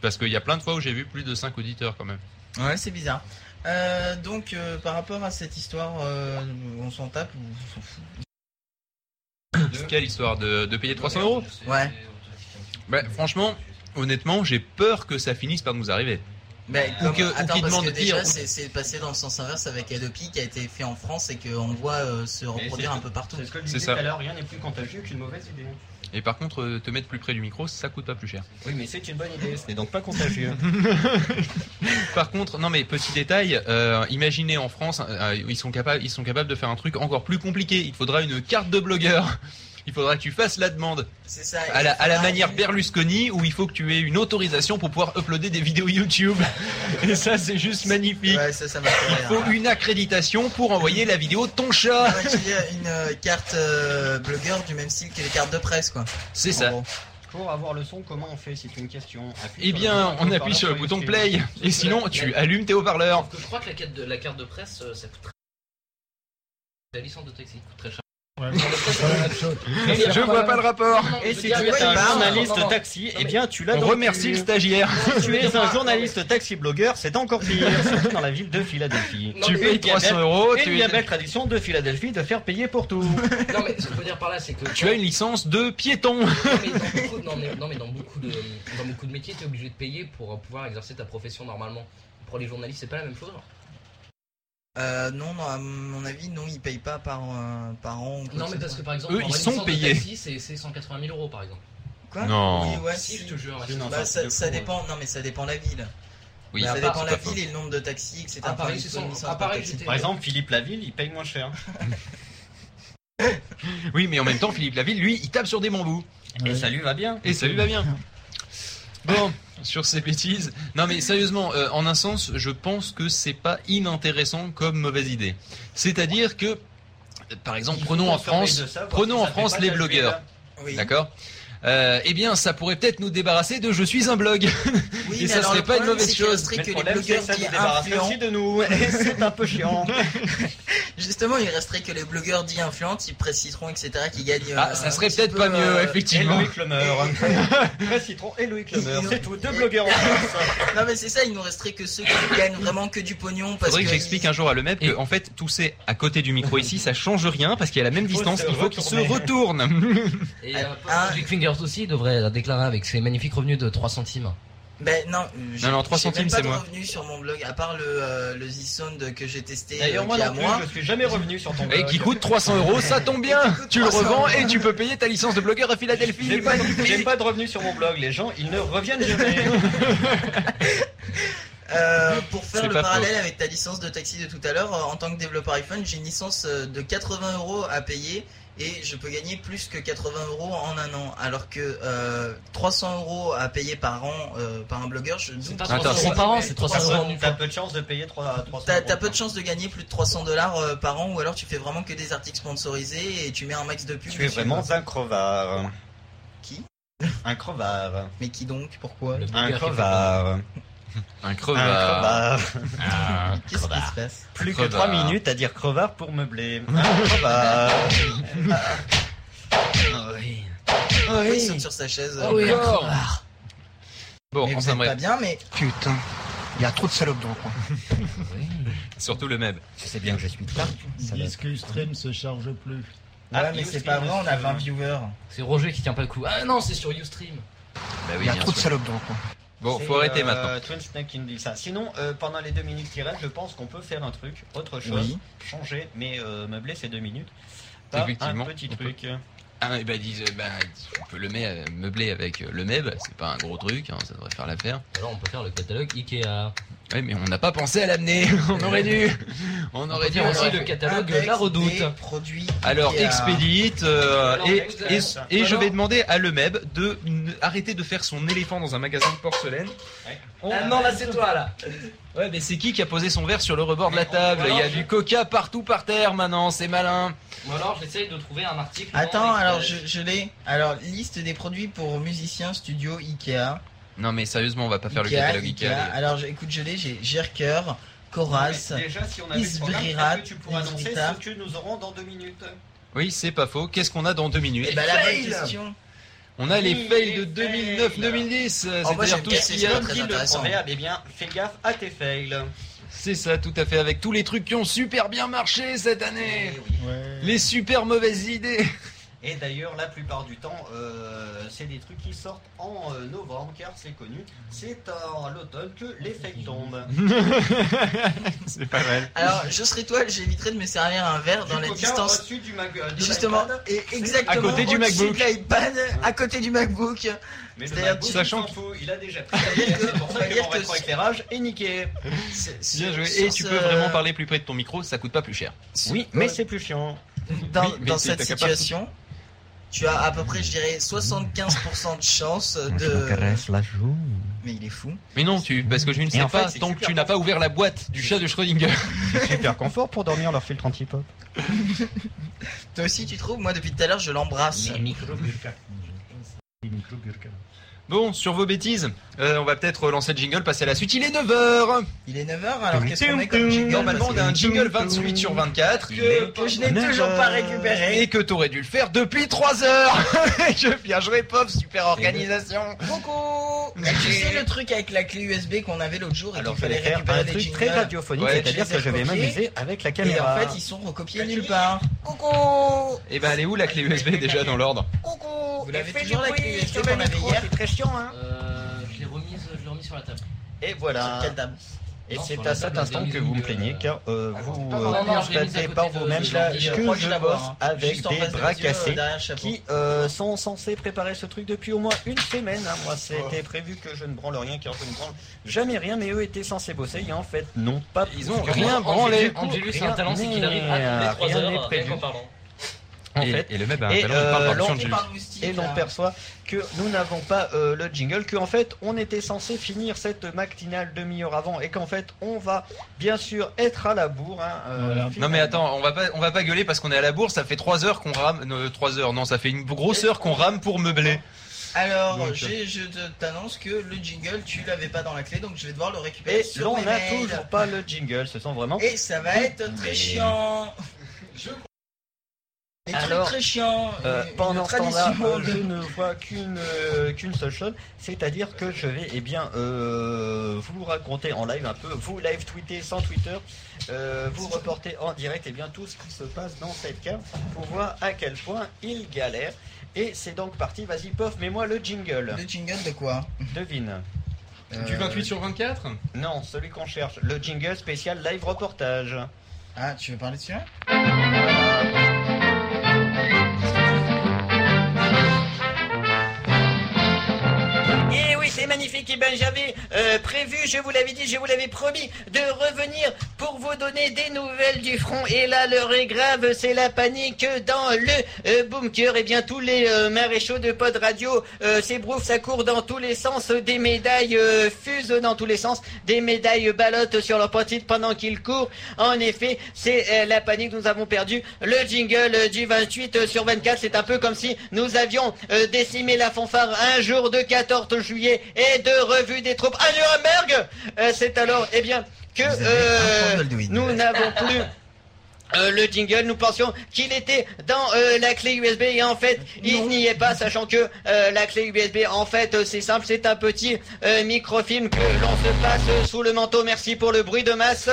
Speaker 4: Parce qu'il y a plein de fois où j'ai vu plus de 5 auditeurs quand même.
Speaker 8: Ouais, c'est bizarre. Euh, donc, euh, par rapport à cette histoire, euh, on s'en tape ou on s'en fout
Speaker 4: Quelle histoire de, de payer 300 euros
Speaker 8: Ouais.
Speaker 4: Bah, Franchement, honnêtement, j'ai peur que ça finisse par nous arriver.
Speaker 8: Mais
Speaker 4: Bah, Ou
Speaker 8: comme-
Speaker 4: que- ou
Speaker 8: attends,
Speaker 4: qu'il
Speaker 8: parce
Speaker 4: demande
Speaker 8: que déjà,
Speaker 4: pire, ou-
Speaker 8: c'est c'est passé dans le sens inverse avec Adopi qui a été fait en France et qu'on voit euh, se reproduire
Speaker 1: c'est-
Speaker 8: un peu partout.
Speaker 1: C'est ce que je
Speaker 4: C'est
Speaker 1: disais tout
Speaker 4: ça.
Speaker 1: à l'heure, rien n'est plus contagieux qu'une mauvaise idée.
Speaker 4: Et par contre, euh, te mettre plus près du micro, ça coûte pas plus cher.
Speaker 1: Oui, mais c'est une bonne idée, ce n'est donc pas contagieux.
Speaker 4: Par contre, non mais petit détail, euh, imaginez en France, euh, ils sont capables, ils sont capables de faire un truc encore plus compliqué. Il te faudra une carte de blogueur. Il faudra que tu fasses la demande
Speaker 8: C'est ça.
Speaker 4: à la, à la
Speaker 8: Ah,
Speaker 4: manière
Speaker 8: oui.
Speaker 4: Berlusconi où il faut que tu aies une autorisation pour pouvoir uploader des vidéos YouTube. Et ça, c'est juste magnifique.
Speaker 8: Ouais, ça, ça m'a fait
Speaker 4: Il
Speaker 8: rire.
Speaker 4: faut une accréditation pour envoyer la vidéo de ton chat.
Speaker 8: Ouais, qu'il y a une euh, carte euh, blogueur du même style que les cartes de presse, quoi.
Speaker 4: C'est
Speaker 8: En
Speaker 4: ça.
Speaker 8: gros.
Speaker 1: Pour avoir le son, comment on fait C'est une question. Appuie
Speaker 4: Eh
Speaker 1: sur le
Speaker 4: bien,
Speaker 1: bouton
Speaker 4: on
Speaker 1: de
Speaker 4: appuie sur le
Speaker 1: parleur
Speaker 4: bouton
Speaker 1: pour
Speaker 4: play. Et sinon, tu allumes tes haut-parleurs.
Speaker 9: Parce que je crois que la, quête de, la carte de presse, euh, ça coûte très. La licence de taxi coûte très cher.
Speaker 3: Ouais, c'est pas la même chose.
Speaker 4: Je vois pas le rapport.
Speaker 9: Non, non,
Speaker 1: Et
Speaker 9: je
Speaker 1: si
Speaker 9: veux
Speaker 1: tu
Speaker 9: dire-
Speaker 1: es un
Speaker 9: Non, non, non, non,
Speaker 1: journaliste
Speaker 9: non.
Speaker 1: taxi, eh bien tu l'as
Speaker 4: On
Speaker 1: dans
Speaker 4: remercie
Speaker 1: le
Speaker 4: le
Speaker 1: cul.
Speaker 4: stagiaire.
Speaker 1: Tu es un journaliste taxi blogueur, c'est encore pire, surtout dans la ville de Philadelphie.
Speaker 9: Non,
Speaker 4: Tu
Speaker 9: mais-
Speaker 4: payes
Speaker 1: il y a
Speaker 4: 300
Speaker 1: belle-
Speaker 4: euros.
Speaker 1: Et il
Speaker 4: Oh, Tu
Speaker 1: y a belle tradition de Philadelphie de faire payer pour tout.
Speaker 9: Non, mais ce que je veux dire par là, c'est que.
Speaker 4: tu as une licence de piéton.
Speaker 9: Non, mais dans beaucoup, non, mais, non, mais dans beaucoup de, dans beaucoup de métiers, tu es obligé de payer pour euh, pouvoir exercer ta profession normalement. Pour les journalistes, c'est pas la même chose. hein.
Speaker 8: Euh, non, non, à mon avis, non, ils payent pas par, euh, par an. ou quoi
Speaker 9: Non,
Speaker 8: que
Speaker 9: mais
Speaker 8: ce
Speaker 9: parce que
Speaker 8: soit.
Speaker 9: par exemple,
Speaker 4: Eux,
Speaker 9: pour avoir
Speaker 4: ils
Speaker 9: une
Speaker 4: sont
Speaker 9: licence de
Speaker 4: payés.
Speaker 9: taxi, C'est c'est 180 000 euros par exemple.
Speaker 8: Quoi
Speaker 4: Non.
Speaker 8: Oui, ouais,
Speaker 9: si,
Speaker 8: si.
Speaker 9: je te jure.
Speaker 1: C'est une
Speaker 8: Bah, ça,
Speaker 1: de
Speaker 8: ça
Speaker 1: fou,
Speaker 8: dépend, non, mais ça dépend la ville.
Speaker 4: euh. Oui,
Speaker 8: ça
Speaker 9: c'est
Speaker 8: dépend
Speaker 4: pas
Speaker 8: la
Speaker 4: faux.
Speaker 8: ville et le nombre de taxis, etc.
Speaker 9: À Paris,
Speaker 8: Enfin,
Speaker 9: c'est
Speaker 8: ils sont-
Speaker 9: son-
Speaker 8: ils sont
Speaker 9: à
Speaker 8: pas
Speaker 9: Paris,
Speaker 8: taxis.
Speaker 9: j'étais-
Speaker 1: Par exemple, Philippe Laville, il paye moins cher.
Speaker 4: Oui, mais en même temps, Philippe Laville, lui, il tape sur des bambous.
Speaker 1: Et Euh, ça lui va bien.
Speaker 4: Et ça lui va bien. Bon, sur ces bêtises. Non, mais sérieusement, euh, en un sens, je pense que c'est pas inintéressant comme mauvaise idée. C'est-à-dire que, euh, par exemple,
Speaker 1: Il faut
Speaker 4: prenons
Speaker 1: qu'on
Speaker 4: en France,
Speaker 1: surveille de ça, parce
Speaker 4: prenons
Speaker 1: que
Speaker 4: en
Speaker 1: ça fait
Speaker 4: France
Speaker 1: pas
Speaker 4: les
Speaker 1: calculer
Speaker 4: blogueurs,
Speaker 1: là.
Speaker 8: Oui.
Speaker 4: d'accord Euh, Eh bien, ça pourrait peut-être nous débarrasser de je suis un blog.
Speaker 8: Euh, Oui,
Speaker 4: Et
Speaker 8: mais
Speaker 4: ça
Speaker 8: alors,
Speaker 4: serait
Speaker 8: le
Speaker 4: pas une
Speaker 8: problème,
Speaker 4: mauvaise
Speaker 8: c'est qu'il
Speaker 4: chose.
Speaker 8: resterait
Speaker 1: Mais le
Speaker 8: que les
Speaker 1: problème, c'est que
Speaker 8: blogueurs
Speaker 1: ça
Speaker 8: dits
Speaker 1: nous débarrasse
Speaker 8: influents.
Speaker 1: aussi de nous. Et c'est un peu chiant.
Speaker 8: Justement, il resterait que les blogueurs dits influents, ils préciseront, etc., qui gagnent.
Speaker 4: Ah,
Speaker 8: euh,
Speaker 4: ça
Speaker 8: un
Speaker 4: serait
Speaker 8: petit
Speaker 4: peut-être
Speaker 8: peu,
Speaker 4: pas mieux,
Speaker 8: euh,
Speaker 1: Et
Speaker 4: effectivement.
Speaker 1: Loïc Lemeur. Très citron et Loïc Lemeur. C'est tout, deux blogueurs en France.
Speaker 8: Non, mais c'est ça, il nous resterait que ceux qui gagnent vraiment que du pognon. Parce
Speaker 4: Faudrait que j'explique un jour à Lemaitre que, en fait, tousser à côté du micro ici, ça change rien parce qu'il y a la même
Speaker 1: Faut
Speaker 4: distance,
Speaker 1: se
Speaker 4: il faut qu'il se
Speaker 1: retourner.
Speaker 4: retourne.
Speaker 9: Et euh,
Speaker 8: Ah.
Speaker 9: Magic Finger
Speaker 2: d'ailleurs aussi devrait la déclarer avec ses magnifiques revenus de 3 centimes.
Speaker 8: Ben non, j'ai-
Speaker 2: Non, non, trois
Speaker 8: j'ai même
Speaker 2: centimes,
Speaker 8: pas
Speaker 2: c'est
Speaker 8: de
Speaker 2: moi.
Speaker 8: revenus sur mon blog, à part le, euh, le Z-Sound que j'ai testé.
Speaker 1: D'ailleurs,
Speaker 8: euh,
Speaker 1: moi
Speaker 8: qui est
Speaker 1: non
Speaker 8: à
Speaker 1: plus,
Speaker 8: moi.
Speaker 1: je suis jamais revenu sur ton
Speaker 12: Et
Speaker 1: blog.
Speaker 12: qui coûte 300 euros, ça tombe bien Tu le
Speaker 1: 300
Speaker 12: revends et
Speaker 1: euros.
Speaker 12: tu peux payer ta licence de blogueur à Philadelphie
Speaker 1: J'ai pas, j'ai pas de revenus sur mon blog, les gens ils ne reviennent jamais.
Speaker 8: Euh, pour faire
Speaker 1: C'est
Speaker 8: le
Speaker 1: pas
Speaker 8: parallèle
Speaker 1: faux.
Speaker 8: avec ta licence de taxi de tout à l'heure, euh, en tant que développeur iPhone, j'ai une licence euh, de 80 euros à payer et je peux gagner plus que 80 euros en un an. Alors que euh, 300 euros à payer par an euh, par un blogueur, je doute.
Speaker 2: pas 300 euros par an, c'est 300 euros en une
Speaker 1: T'as peu de chance de payer 300 euros.
Speaker 8: T'as t'as peu de chances de gagner plus de 300 dollars euh, par an ou alors tu fais vraiment que des articles sponsorisés et tu mets un max de pubs.
Speaker 1: Tu es
Speaker 8: dessus.
Speaker 1: vraiment un crevard.
Speaker 8: Qui
Speaker 1: Un crevard.
Speaker 8: Mais qui donc Pourquoi
Speaker 1: Un crevard.
Speaker 4: Un
Speaker 1: crevard.
Speaker 4: Ah,
Speaker 8: Qu'est-ce qui se passe
Speaker 1: Plus que
Speaker 4: Crevard.
Speaker 1: 3 minutes à dire crevard pour meubler. Un crevard.
Speaker 8: Pourquoi Il saute sur sa chaise.
Speaker 13: Ah oui,
Speaker 8: Un
Speaker 13: encore.
Speaker 8: crevard.
Speaker 4: Bon,
Speaker 8: Mais vous
Speaker 4: enfin
Speaker 8: êtes
Speaker 4: bref.
Speaker 8: pas bien, mais
Speaker 13: Putain, il y a trop de salopes dans le coin.
Speaker 9: oh.
Speaker 4: Surtout le même.
Speaker 1: Je sais bien que je suis tard.
Speaker 3: Ils disent que Ustream se charge plus.
Speaker 8: Ah, mais c'est pas vrai, on a
Speaker 1: hein.
Speaker 8: 20 viewers.
Speaker 2: C'est Roger qui tient pas le coup. Ah non, c'est sur Ustream.
Speaker 4: Bah oui,
Speaker 13: Il y a
Speaker 4: bien
Speaker 13: trop de
Speaker 4: sûr.
Speaker 13: salopes dans le coin.
Speaker 4: Bon,
Speaker 1: C'est,
Speaker 4: faut arrêter
Speaker 1: euh,
Speaker 4: maintenant.
Speaker 1: Twin Snake qui nous dit ça. Sinon, euh, pendant les deux minutes qui restent, je pense qu'on peut faire un truc, autre chose,
Speaker 8: Oui.
Speaker 1: changer, mais euh, meubler ces deux minutes. Par
Speaker 4: Effectivement,
Speaker 1: un petit
Speaker 4: on peut.
Speaker 1: truc.
Speaker 4: Ah, et bah, dis, euh, bah, on peut le mea- meubler avec euh, le MEB, c'est pas un gros truc, hein, ça devrait faire l'affaire.
Speaker 2: Alors on peut faire le catalogue Ikea.
Speaker 4: Ouais, mais on n'a pas pensé à l'amener, on aurait dû. On
Speaker 2: On peut
Speaker 4: aurait dû.
Speaker 2: dire
Speaker 4: on
Speaker 2: aussi
Speaker 4: aurait
Speaker 2: le
Speaker 4: fait.
Speaker 2: catalogue
Speaker 8: Index
Speaker 2: La Redoute.
Speaker 8: des produits
Speaker 4: Alors,
Speaker 8: Ikea.
Speaker 4: expédite, euh,
Speaker 2: Alors,
Speaker 4: et,
Speaker 2: Expedite.
Speaker 4: et, et je
Speaker 2: Alors.
Speaker 4: vais demander à le MEB de n- arrêter de faire son éléphant dans un magasin de porcelaine. On-
Speaker 1: Euh,
Speaker 2: Ah non, là c'est toi là.
Speaker 4: Ouais, mais c'est qui qui a posé son verre sur le rebord de la table Il y a du coca partout par terre maintenant, c'est malin.
Speaker 2: Ou alors j'essaye de trouver un article.
Speaker 8: Attends,
Speaker 2: en-
Speaker 8: alors je, je l'ai. Alors, liste des produits pour musiciens, studio, Ikea.
Speaker 4: Non, mais sérieusement, on va pas faire le
Speaker 8: Ikea,
Speaker 4: catalogue
Speaker 8: Ikea.
Speaker 4: Ikea.
Speaker 8: Alors, je- écoute, je l'ai, j'ai Gerker, Coraz.
Speaker 1: Déjà, si on avait ce programme,
Speaker 8: Isbrirat,
Speaker 1: peut-être que tu pourras annoncer
Speaker 8: Isbrita.
Speaker 1: ce que nous aurons dans deux minutes.
Speaker 4: Oui, c'est pas faux. Qu'est-ce qu'on a dans deux minutes
Speaker 8: Et bah, la bonne question.
Speaker 4: On a les
Speaker 1: Oui,
Speaker 4: fails de
Speaker 1: les
Speaker 4: 2009-2010.
Speaker 8: Oh, moi,
Speaker 4: C'est-à-dire
Speaker 8: j'aime
Speaker 4: tout
Speaker 8: bien
Speaker 4: ce
Speaker 8: ces
Speaker 4: qu'il y a.
Speaker 8: notes. Très
Speaker 1: Qui le
Speaker 8: intéressant.
Speaker 1: proverbe, eh bien, fais gaffe à tes fails.
Speaker 4: C'est ça, tout à fait. Avec tous les trucs qui ont super bien marché cette année.
Speaker 8: Eh
Speaker 3: Ouais.
Speaker 4: Les super mauvaises idées.
Speaker 1: Et d'ailleurs, la plupart du temps, euh, c'est des trucs qui sortent en euh, novembre, car c'est connu. C'est à l'automne que les fails tombent.
Speaker 4: c'est pas mal.
Speaker 8: Alors, je serais toi, j'éviterais de me servir un verre dans
Speaker 1: Du
Speaker 8: la
Speaker 1: coca
Speaker 8: distance.
Speaker 1: au-dessus du Mac- euh, de
Speaker 8: Justement,
Speaker 1: l'iPad.
Speaker 8: et exactement.
Speaker 4: à côté du
Speaker 8: au-dessus
Speaker 4: MacBook.
Speaker 8: de l'iPad, à côté du MacBook.
Speaker 1: Mais le
Speaker 8: C'est-à-dire,
Speaker 1: MacBook,
Speaker 8: tu-
Speaker 4: sachant
Speaker 1: il s'en fout, il a déjà pris. la
Speaker 8: C'est-à-dire
Speaker 1: pièce,
Speaker 8: que-
Speaker 1: C'est pour ça que
Speaker 8: c'est-à-dire
Speaker 1: mon
Speaker 8: que-
Speaker 1: rétroéclairage est niqué.
Speaker 8: C'est-
Speaker 4: Bien joué.
Speaker 8: sur
Speaker 4: Et tu
Speaker 8: ce- euh,
Speaker 4: peux vraiment parler plus près de ton micro, ça coûte pas plus cher.
Speaker 8: sur-
Speaker 1: Oui, mais c'est plus chiant.
Speaker 8: euh, dans,
Speaker 4: Oui, mais
Speaker 8: dans
Speaker 4: c'est
Speaker 8: cette
Speaker 4: ta capacité.
Speaker 8: situation, tu as à peu près, je dirais, 75% de chance de.
Speaker 1: la joue.
Speaker 8: Mais il est fou.
Speaker 4: Mais non, tu, parce que je ne sais
Speaker 1: en fait,
Speaker 4: pas
Speaker 1: c'est
Speaker 4: tant que
Speaker 1: super
Speaker 4: tu n'as pas ouvert la boîte du chat de Schrödinger.
Speaker 1: Super confort pour dormir leur filtre anti-pop.
Speaker 8: Toi aussi, tu trouves Moi, depuis tout à l'heure, je l'embrasse.
Speaker 4: Bon, sur vos bêtises, euh, on va peut-être relancer le jingle, passer à la suite. Il est 9h
Speaker 8: Il est 9h, alors qu'est-ce qu'on met comme jingle ben,
Speaker 4: Normalement, on a un jingle 28 sur 24 que,
Speaker 8: que je n'ai toujours pas récupéré.
Speaker 4: et que t'aurais dû le faire depuis 3 heures. je piagerai pauvre, super organisation.
Speaker 8: Coucou Et Tu sais le truc avec la clé USB qu'on avait l'autre jour et
Speaker 1: Alors,
Speaker 8: qu'il
Speaker 1: je vais
Speaker 8: fallait
Speaker 1: faire
Speaker 8: récupérer
Speaker 1: un
Speaker 8: des
Speaker 1: truc
Speaker 8: jingles.
Speaker 1: très radiophonique,
Speaker 4: Ouais,
Speaker 1: c'est-à-dire
Speaker 8: je les ai
Speaker 1: que je vais
Speaker 8: recopiés.
Speaker 1: m'amuser avec la
Speaker 8: Et en
Speaker 1: caméra.
Speaker 8: fait, ils sont recopiés nulle part. Coucou
Speaker 4: Et ben, elle est où la clé USB déjà dans l'ordre
Speaker 8: Coucou Vous l'avez toujours la clé USB qu'on avait hier
Speaker 1: très chiant, hein.
Speaker 2: Euh, je l'ai remise, je l'ai remise sur la table.
Speaker 1: Et
Speaker 8: Sur
Speaker 1: voilà.
Speaker 8: quelle table
Speaker 1: Et
Speaker 2: Non,
Speaker 1: c'est
Speaker 2: sur
Speaker 1: à
Speaker 2: la
Speaker 1: cet
Speaker 2: table,
Speaker 1: instant
Speaker 2: j'ai
Speaker 1: que
Speaker 2: mis
Speaker 1: vous me
Speaker 2: le-
Speaker 1: plaignez car euh,
Speaker 8: Ah,
Speaker 1: vous
Speaker 8: c'est pas
Speaker 1: euh,
Speaker 2: vraiment, je l'ai mis à
Speaker 1: constatez
Speaker 2: côté
Speaker 1: par
Speaker 2: de-
Speaker 1: vous-même
Speaker 2: de
Speaker 1: là que
Speaker 2: l'ordi, je
Speaker 8: crois que je
Speaker 1: je
Speaker 8: la vois,
Speaker 1: bosse
Speaker 8: hein.
Speaker 1: avec
Speaker 8: Juste en
Speaker 1: des
Speaker 8: face des
Speaker 1: bras
Speaker 8: yeux, euh,
Speaker 1: cassés
Speaker 8: derrière le chapeau.
Speaker 1: qui euh, sont censés préparer ce truc depuis au moins une semaine. hein. Moi, c'était prévu que je ne branle rien car je ne branle jamais rien, mais eux étaient censés bosser et en fait, non, pas.
Speaker 4: Ils ont
Speaker 1: parce que
Speaker 4: rien
Speaker 1: moi,
Speaker 4: branlé.
Speaker 1: du coup,
Speaker 2: Angelus, c'est
Speaker 1: rien
Speaker 2: un talent, c'est qu'il arrive à toutes les
Speaker 1: rien n'est
Speaker 2: 3 heures, Euh, rien
Speaker 1: prévu.
Speaker 2: qu'en parlant.
Speaker 1: En fait,
Speaker 4: et le hein, même
Speaker 1: et, euh,
Speaker 4: l'ambition
Speaker 1: l'on-
Speaker 4: de
Speaker 8: On
Speaker 4: Jules.
Speaker 8: parle moustique,
Speaker 1: et l'on
Speaker 8: là.
Speaker 1: perçoit que nous n'avons pas euh, le jingle, qu'en fait on était censé finir cette matinale demi-heure avant et qu'en fait on va bien sûr être à la bourre. hein, euh,
Speaker 3: Voilà.
Speaker 1: finalement.
Speaker 4: Non mais attends, on va pas, on va pas gueuler parce qu'on est à la bourre. Ça fait 3 heures qu'on rame, non, 3 heures, non, ça fait une grosse heure qu'on rame pour meubler.
Speaker 8: Alors,
Speaker 1: euh,
Speaker 4: Donc,
Speaker 8: j'ai- je te- t'annonce que le jingle, tu l'avais pas dans la clé, donc je vais devoir le récupérer
Speaker 1: Et
Speaker 8: sur
Speaker 1: l'on
Speaker 8: mes
Speaker 1: n'a
Speaker 8: mails.
Speaker 1: toujours pas le jingle, ce sont vraiment.
Speaker 8: Et ça va être très
Speaker 1: Mais-
Speaker 8: chiant Des trucs très chiants,
Speaker 1: euh,
Speaker 8: une- une
Speaker 1: pendant ce temps-là,
Speaker 8: tradition
Speaker 1: euh,
Speaker 8: de-
Speaker 1: je ne vois qu'une euh, qu'une seule chose, c'est-à-dire que je vais eh bien, euh, vous raconter en live un peu, vous live tweeter sans Twitter, euh, vous reporter en direct eh bien, tout ce qui se passe dans cette cave pour voir à quel point il galère. Et c'est donc parti, vas-y, pof, mets-moi le jingle.
Speaker 8: Le jingle de quoi euh,
Speaker 1: Devine. Euh,
Speaker 4: Du 28 sur 24
Speaker 1: Non, celui qu'on cherche. Le jingle spécial live reportage.
Speaker 8: Ah, tu veux parler de celui-là
Speaker 1: Eh oui, c'est magnifique. Et ben, j'avais euh, prévu, je vous l'avais dit, je vous l'avais promis, de revenir pour vous donner des nouvelles du front. Et là, l'heure est grave, c'est la panique dans le euh, bunker. Et bien, tous les euh, maréchaux de Pod Radio euh, s'ébrouffent, ça court dans tous les sens. Des médailles euh, fusent dans tous les sens. Des médailles ballottent sur leur petite pendant qu'ils courent. En effet, c'est euh, la panique. Nous avons perdu le jingle euh, du 28 sur 24. C'est un peu comme si nous avions euh, décimé la fanfare un jour de 14 juillet et de revue des troupes à Nuremberg. Euh, c'est alors, eh bien, que euh, nous n'avons plus. euh, le jingle, nous pensions qu'il était dans euh, la clé USB et en fait il n'y est pas, sachant que euh, la clé USB en fait euh, c'est simple, c'est un petit euh, microfilm que l'on se passe euh, sous le manteau. Merci pour le bruit de masse.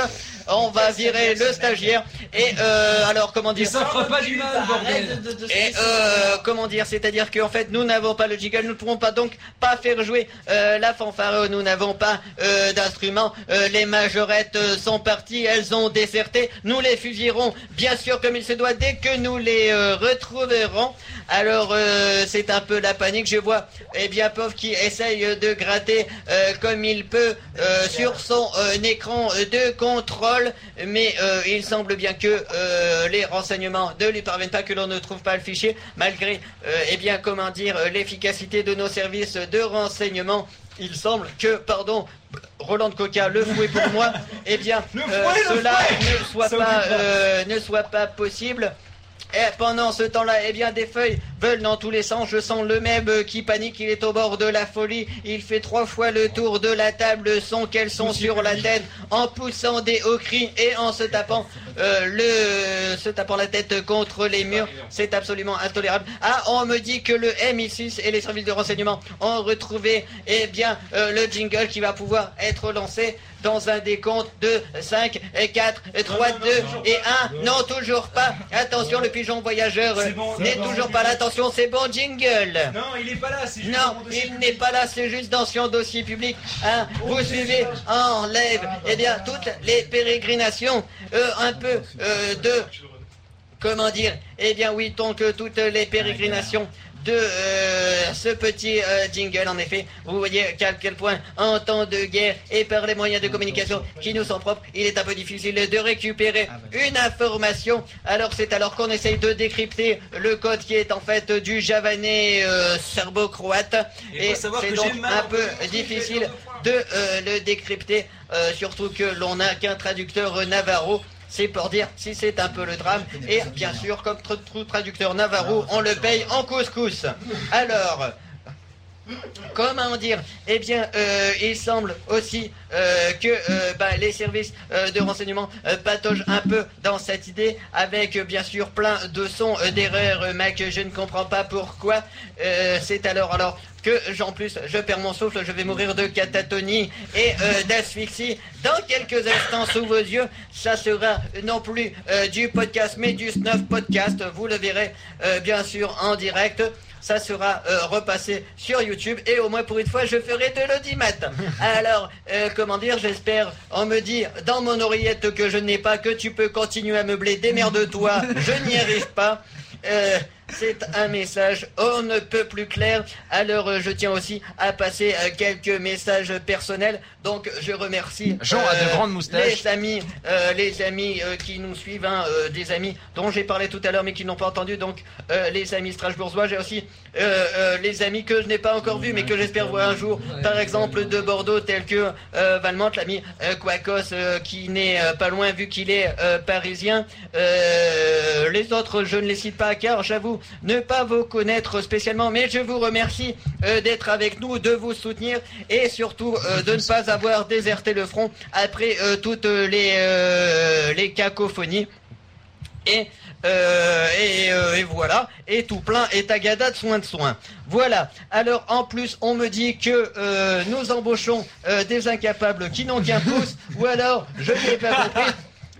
Speaker 1: On va virer le stagiaire et euh, alors comment dire
Speaker 2: Il s'offre pas du
Speaker 8: Ah,
Speaker 2: mal, bordel.
Speaker 1: Et euh, comment dire, c'est-à-dire qu'en fait nous n'avons pas le jingle, nous ne pourrons pas donc pas faire jouer euh, la fanfare, nous n'avons pas euh, d'instrument, Euh, les majorettes euh, sont parties, elles ont déserté, nous les fusillerons bien sûr comme il se doit dès que nous les euh, retrouverons. Alors euh, c'est un peu la panique, je vois eh bien pauvre qui essaye de gratter euh, comme il peut euh, sur son euh, écran de contrôle, mais euh, il semble bien que euh, les renseignements ne lui parviennent pas, que l'on ne trouve pas le fichier, malgré, euh, eh bien, comment dire, euh, l'efficacité de nos services de renseignement. Il semble que, pardon, Roland de Coca, le fouet pour moi, eh bien, euh,
Speaker 11: fouet, le
Speaker 1: cela
Speaker 11: fouet
Speaker 1: ne soit
Speaker 11: Ça
Speaker 1: pas,
Speaker 11: oublie pas.
Speaker 1: euh, ne soit pas possible. Et pendant ce temps-là, eh bien, des feuilles veulent dans tous les sens. Je sens le même euh, qui panique. Il est au bord de la folie. Il fait trois fois le tour de la table sans qu'elles sont sur la tête, en poussant des hauts cris et en se tapant euh, le, se tapant la tête contre les murs. C'est absolument intolérable. Ah, on me dit que le MI6 et les services de renseignement ont retrouvé, eh bien, euh, le jingle qui va pouvoir être lancé dans un décompte de 5, 4, 3, 2 et 1. Non, toujours pas. Attention, le pigeon voyageur euh, n'est toujours pas là. Attention, c'est bon, jingle.
Speaker 12: Non, il est pas là, c'est juste
Speaker 1: Non, il n'est pas là, c'est juste dans Sion Dossier Public. hein. Vous suivez en live, eh bien, toutes les pérégrinations, euh, un peu euh, de comment dire Eh bien oui, donc euh, toutes les pérégrinations de euh, ce petit euh, jingle, en effet, vous voyez qu'à quel point, en temps de guerre et par les moyens de communication qui nous sont propres, il est un peu difficile de récupérer
Speaker 11: Ah,
Speaker 1: une information. Alors c'est alors qu'on essaye de décrypter le code qui est en fait du javanais euh, serbo-croate.
Speaker 11: Et
Speaker 1: Et,
Speaker 11: faut savoir
Speaker 1: c'est
Speaker 11: que
Speaker 1: donc
Speaker 11: j'ai mal
Speaker 1: un peu difficile de euh, le décrypter, euh, surtout que l'on n'a qu'un traducteur euh, navarro. C'est pour dire si c'est un peu le drame. Et bien sûr, comme tra- tra- traducteur navarro, on le paye en couscous. Alors, Comment dire Eh bien, euh, il semble aussi euh, que euh, bah, les services euh, de renseignement euh, pataugent un peu dans cette idée, avec euh, bien sûr plein de sons euh, d'erreurs, euh, Mac. Je ne comprends pas pourquoi. Euh, C'est alors alors que j'en plus je perds mon souffle, je vais mourir de catatonie et euh, d'asphyxie dans quelques instants sous vos yeux. Ça sera non plus euh, du podcast, mais du snuff podcast. Vous le verrez euh, bien sûr en direct. Ça sera euh, repassé sur YouTube et au moins pour une fois je ferai de l'audimat. Alors, euh, comment dire, j'espère, on me dit dans mon oreillette que je n'ai pas, que tu peux continuer à meubler, démerde-toi, je n'y arrive pas. Euh, c'est un message on ne peut plus clair. Alors euh, je tiens aussi à passer euh, quelques messages personnels. Donc je remercie euh,
Speaker 12: Jean a
Speaker 4: Euh,
Speaker 12: de grandes moustaches.
Speaker 1: les amis, euh, les amis euh, qui nous suivent, hein, euh, des amis dont j'ai parlé tout à l'heure mais qui n'ont pas entendu. Donc euh, les amis strasbourgeois, j'ai aussi euh, euh, les amis que je n'ai pas encore vus mais que j'espère voir un jour. Par exemple de Bordeaux tels que euh, Valmont, l'ami euh, Quacos euh, qui n'est euh, pas loin vu qu'il est euh, parisien. Euh, les autres, je ne les cite pas car j'avoue ne pas vous connaître spécialement, mais je vous remercie euh, d'être avec nous, de vous soutenir et surtout euh, de ne pas avoir déserté le front après euh, toutes les, euh, les cacophonies. Et Euh, et, euh, et voilà, et tout plein, et tagada de soins de soins. Voilà, alors en plus on me dit que euh, nous embauchons euh, des incapables qui n'ont qu'un pouce, ou alors je n'ai pas compris.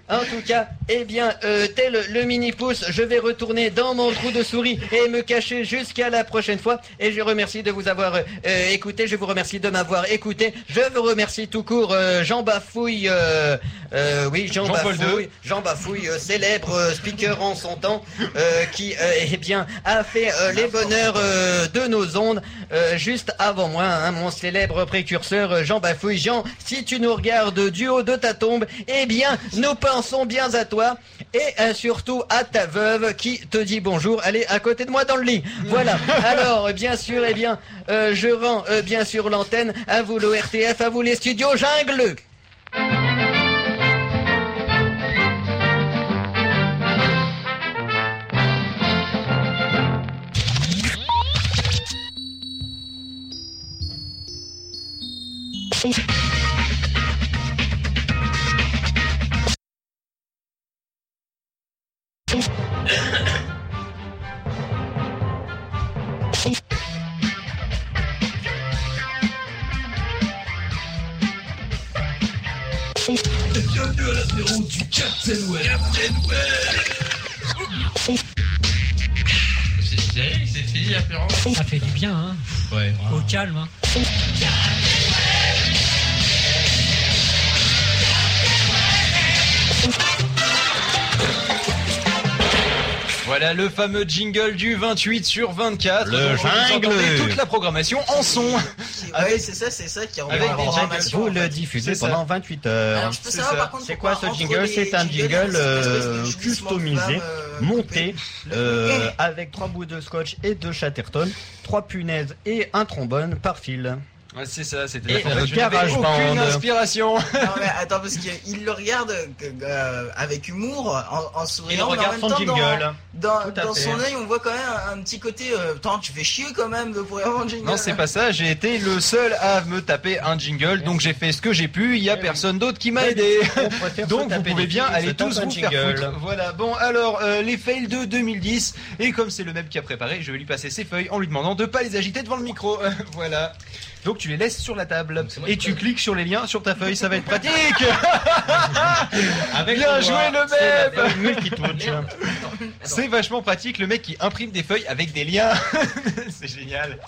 Speaker 1: En tout cas, eh bien, euh, tel le mini-pouce, je vais retourner dans mon trou de souris et me cacher jusqu'à la prochaine fois. Et je remercie de vous avoir euh, euh, écouté, je vous remercie de m'avoir écouté, je vous remercie tout court, euh, Jean Bafouille, euh, euh, oui, Jean,
Speaker 4: Jean-Paul
Speaker 1: Bafouille, Jean Bafouille, euh, célèbre euh, speaker en son temps, euh, qui, euh, eh bien, a fait euh, les bonheurs euh, de nos ondes euh, juste avant moi, hein, mon célèbre précurseur euh, Jean Bafouille. Jean, si tu nous regardes du haut de ta tombe, eh bien, nous pensons bien à toi et euh, surtout à ta veuve qui te dit bonjour. Elle est à côté de moi dans le lit. Voilà. Alors, euh, bien sûr, eh bien, euh, je rends euh, bien sûr l'antenne à vous l'ORTF, à vous les studios jungle.
Speaker 14: Bienvenue à l'apéro du Captain Web. Captain Web. C'est fini, c'est fini l'apéro.
Speaker 15: Ça fait du bien, hein
Speaker 14: Ouais.
Speaker 15: Au calme, hein
Speaker 4: Voilà le fameux jingle du 28 sur 24.
Speaker 1: Le
Speaker 4: Vous entendez
Speaker 1: jingle.
Speaker 4: toute la programmation en son.
Speaker 1: Ah
Speaker 8: Oui, c'est ça, c'est ça qui rend
Speaker 1: Avec
Speaker 8: la
Speaker 1: des jingles,
Speaker 8: programmation.
Speaker 1: vous le diffusez
Speaker 8: C'est ça.
Speaker 1: pendant 28 heures.
Speaker 8: Alors, je peux savoir, par contre,
Speaker 1: c'est quoi ce
Speaker 8: pourquoi entre
Speaker 1: jingle
Speaker 8: les
Speaker 1: C'est un
Speaker 8: jingles,
Speaker 1: jingle
Speaker 8: il y a cette espèce de
Speaker 1: euh,
Speaker 8: glissement de
Speaker 1: customisé,
Speaker 8: flamme, euh,
Speaker 1: monté euh,
Speaker 8: Eh.
Speaker 1: avec trois bouts de scotch et deux chatterton, trois punaises et un trombone par fil.
Speaker 4: Ouais, c'est ça, c'était
Speaker 1: Et le GarageBand.
Speaker 4: inspiration. non
Speaker 8: mais attends parce qu'il le regarde euh, avec humour en, en souriant.
Speaker 1: Il
Speaker 8: mais en
Speaker 1: regarde
Speaker 8: même
Speaker 1: son
Speaker 8: temps,
Speaker 1: jingle.
Speaker 8: Dans,
Speaker 1: Tout
Speaker 8: dans,
Speaker 1: à
Speaker 8: dans
Speaker 1: fait.
Speaker 8: son œil, on voit quand même un petit côté. Euh, Tant tu fais chier quand même de pourrir mon jingle.
Speaker 4: Non, c'est pas ça. J'ai été le seul à me taper un jingle, donc j'ai fait ce que j'ai pu. Il y a personne d'autre qui m'a aidé. Donc vous pouvez bien aller tous vous faire foutre. Voilà. Bon, alors euh, les fails de 2010. Et comme c'est le même qui a préparé, je vais lui passer ses feuilles en lui demandant de pas les agiter devant le micro. voilà. Donc tu les laisses sur la table et tu cliques sur les liens sur ta feuille. Ça va être pratique. bien joué le même. C'est vachement pratique, le mec qui imprime des feuilles avec des liens. c'est génial.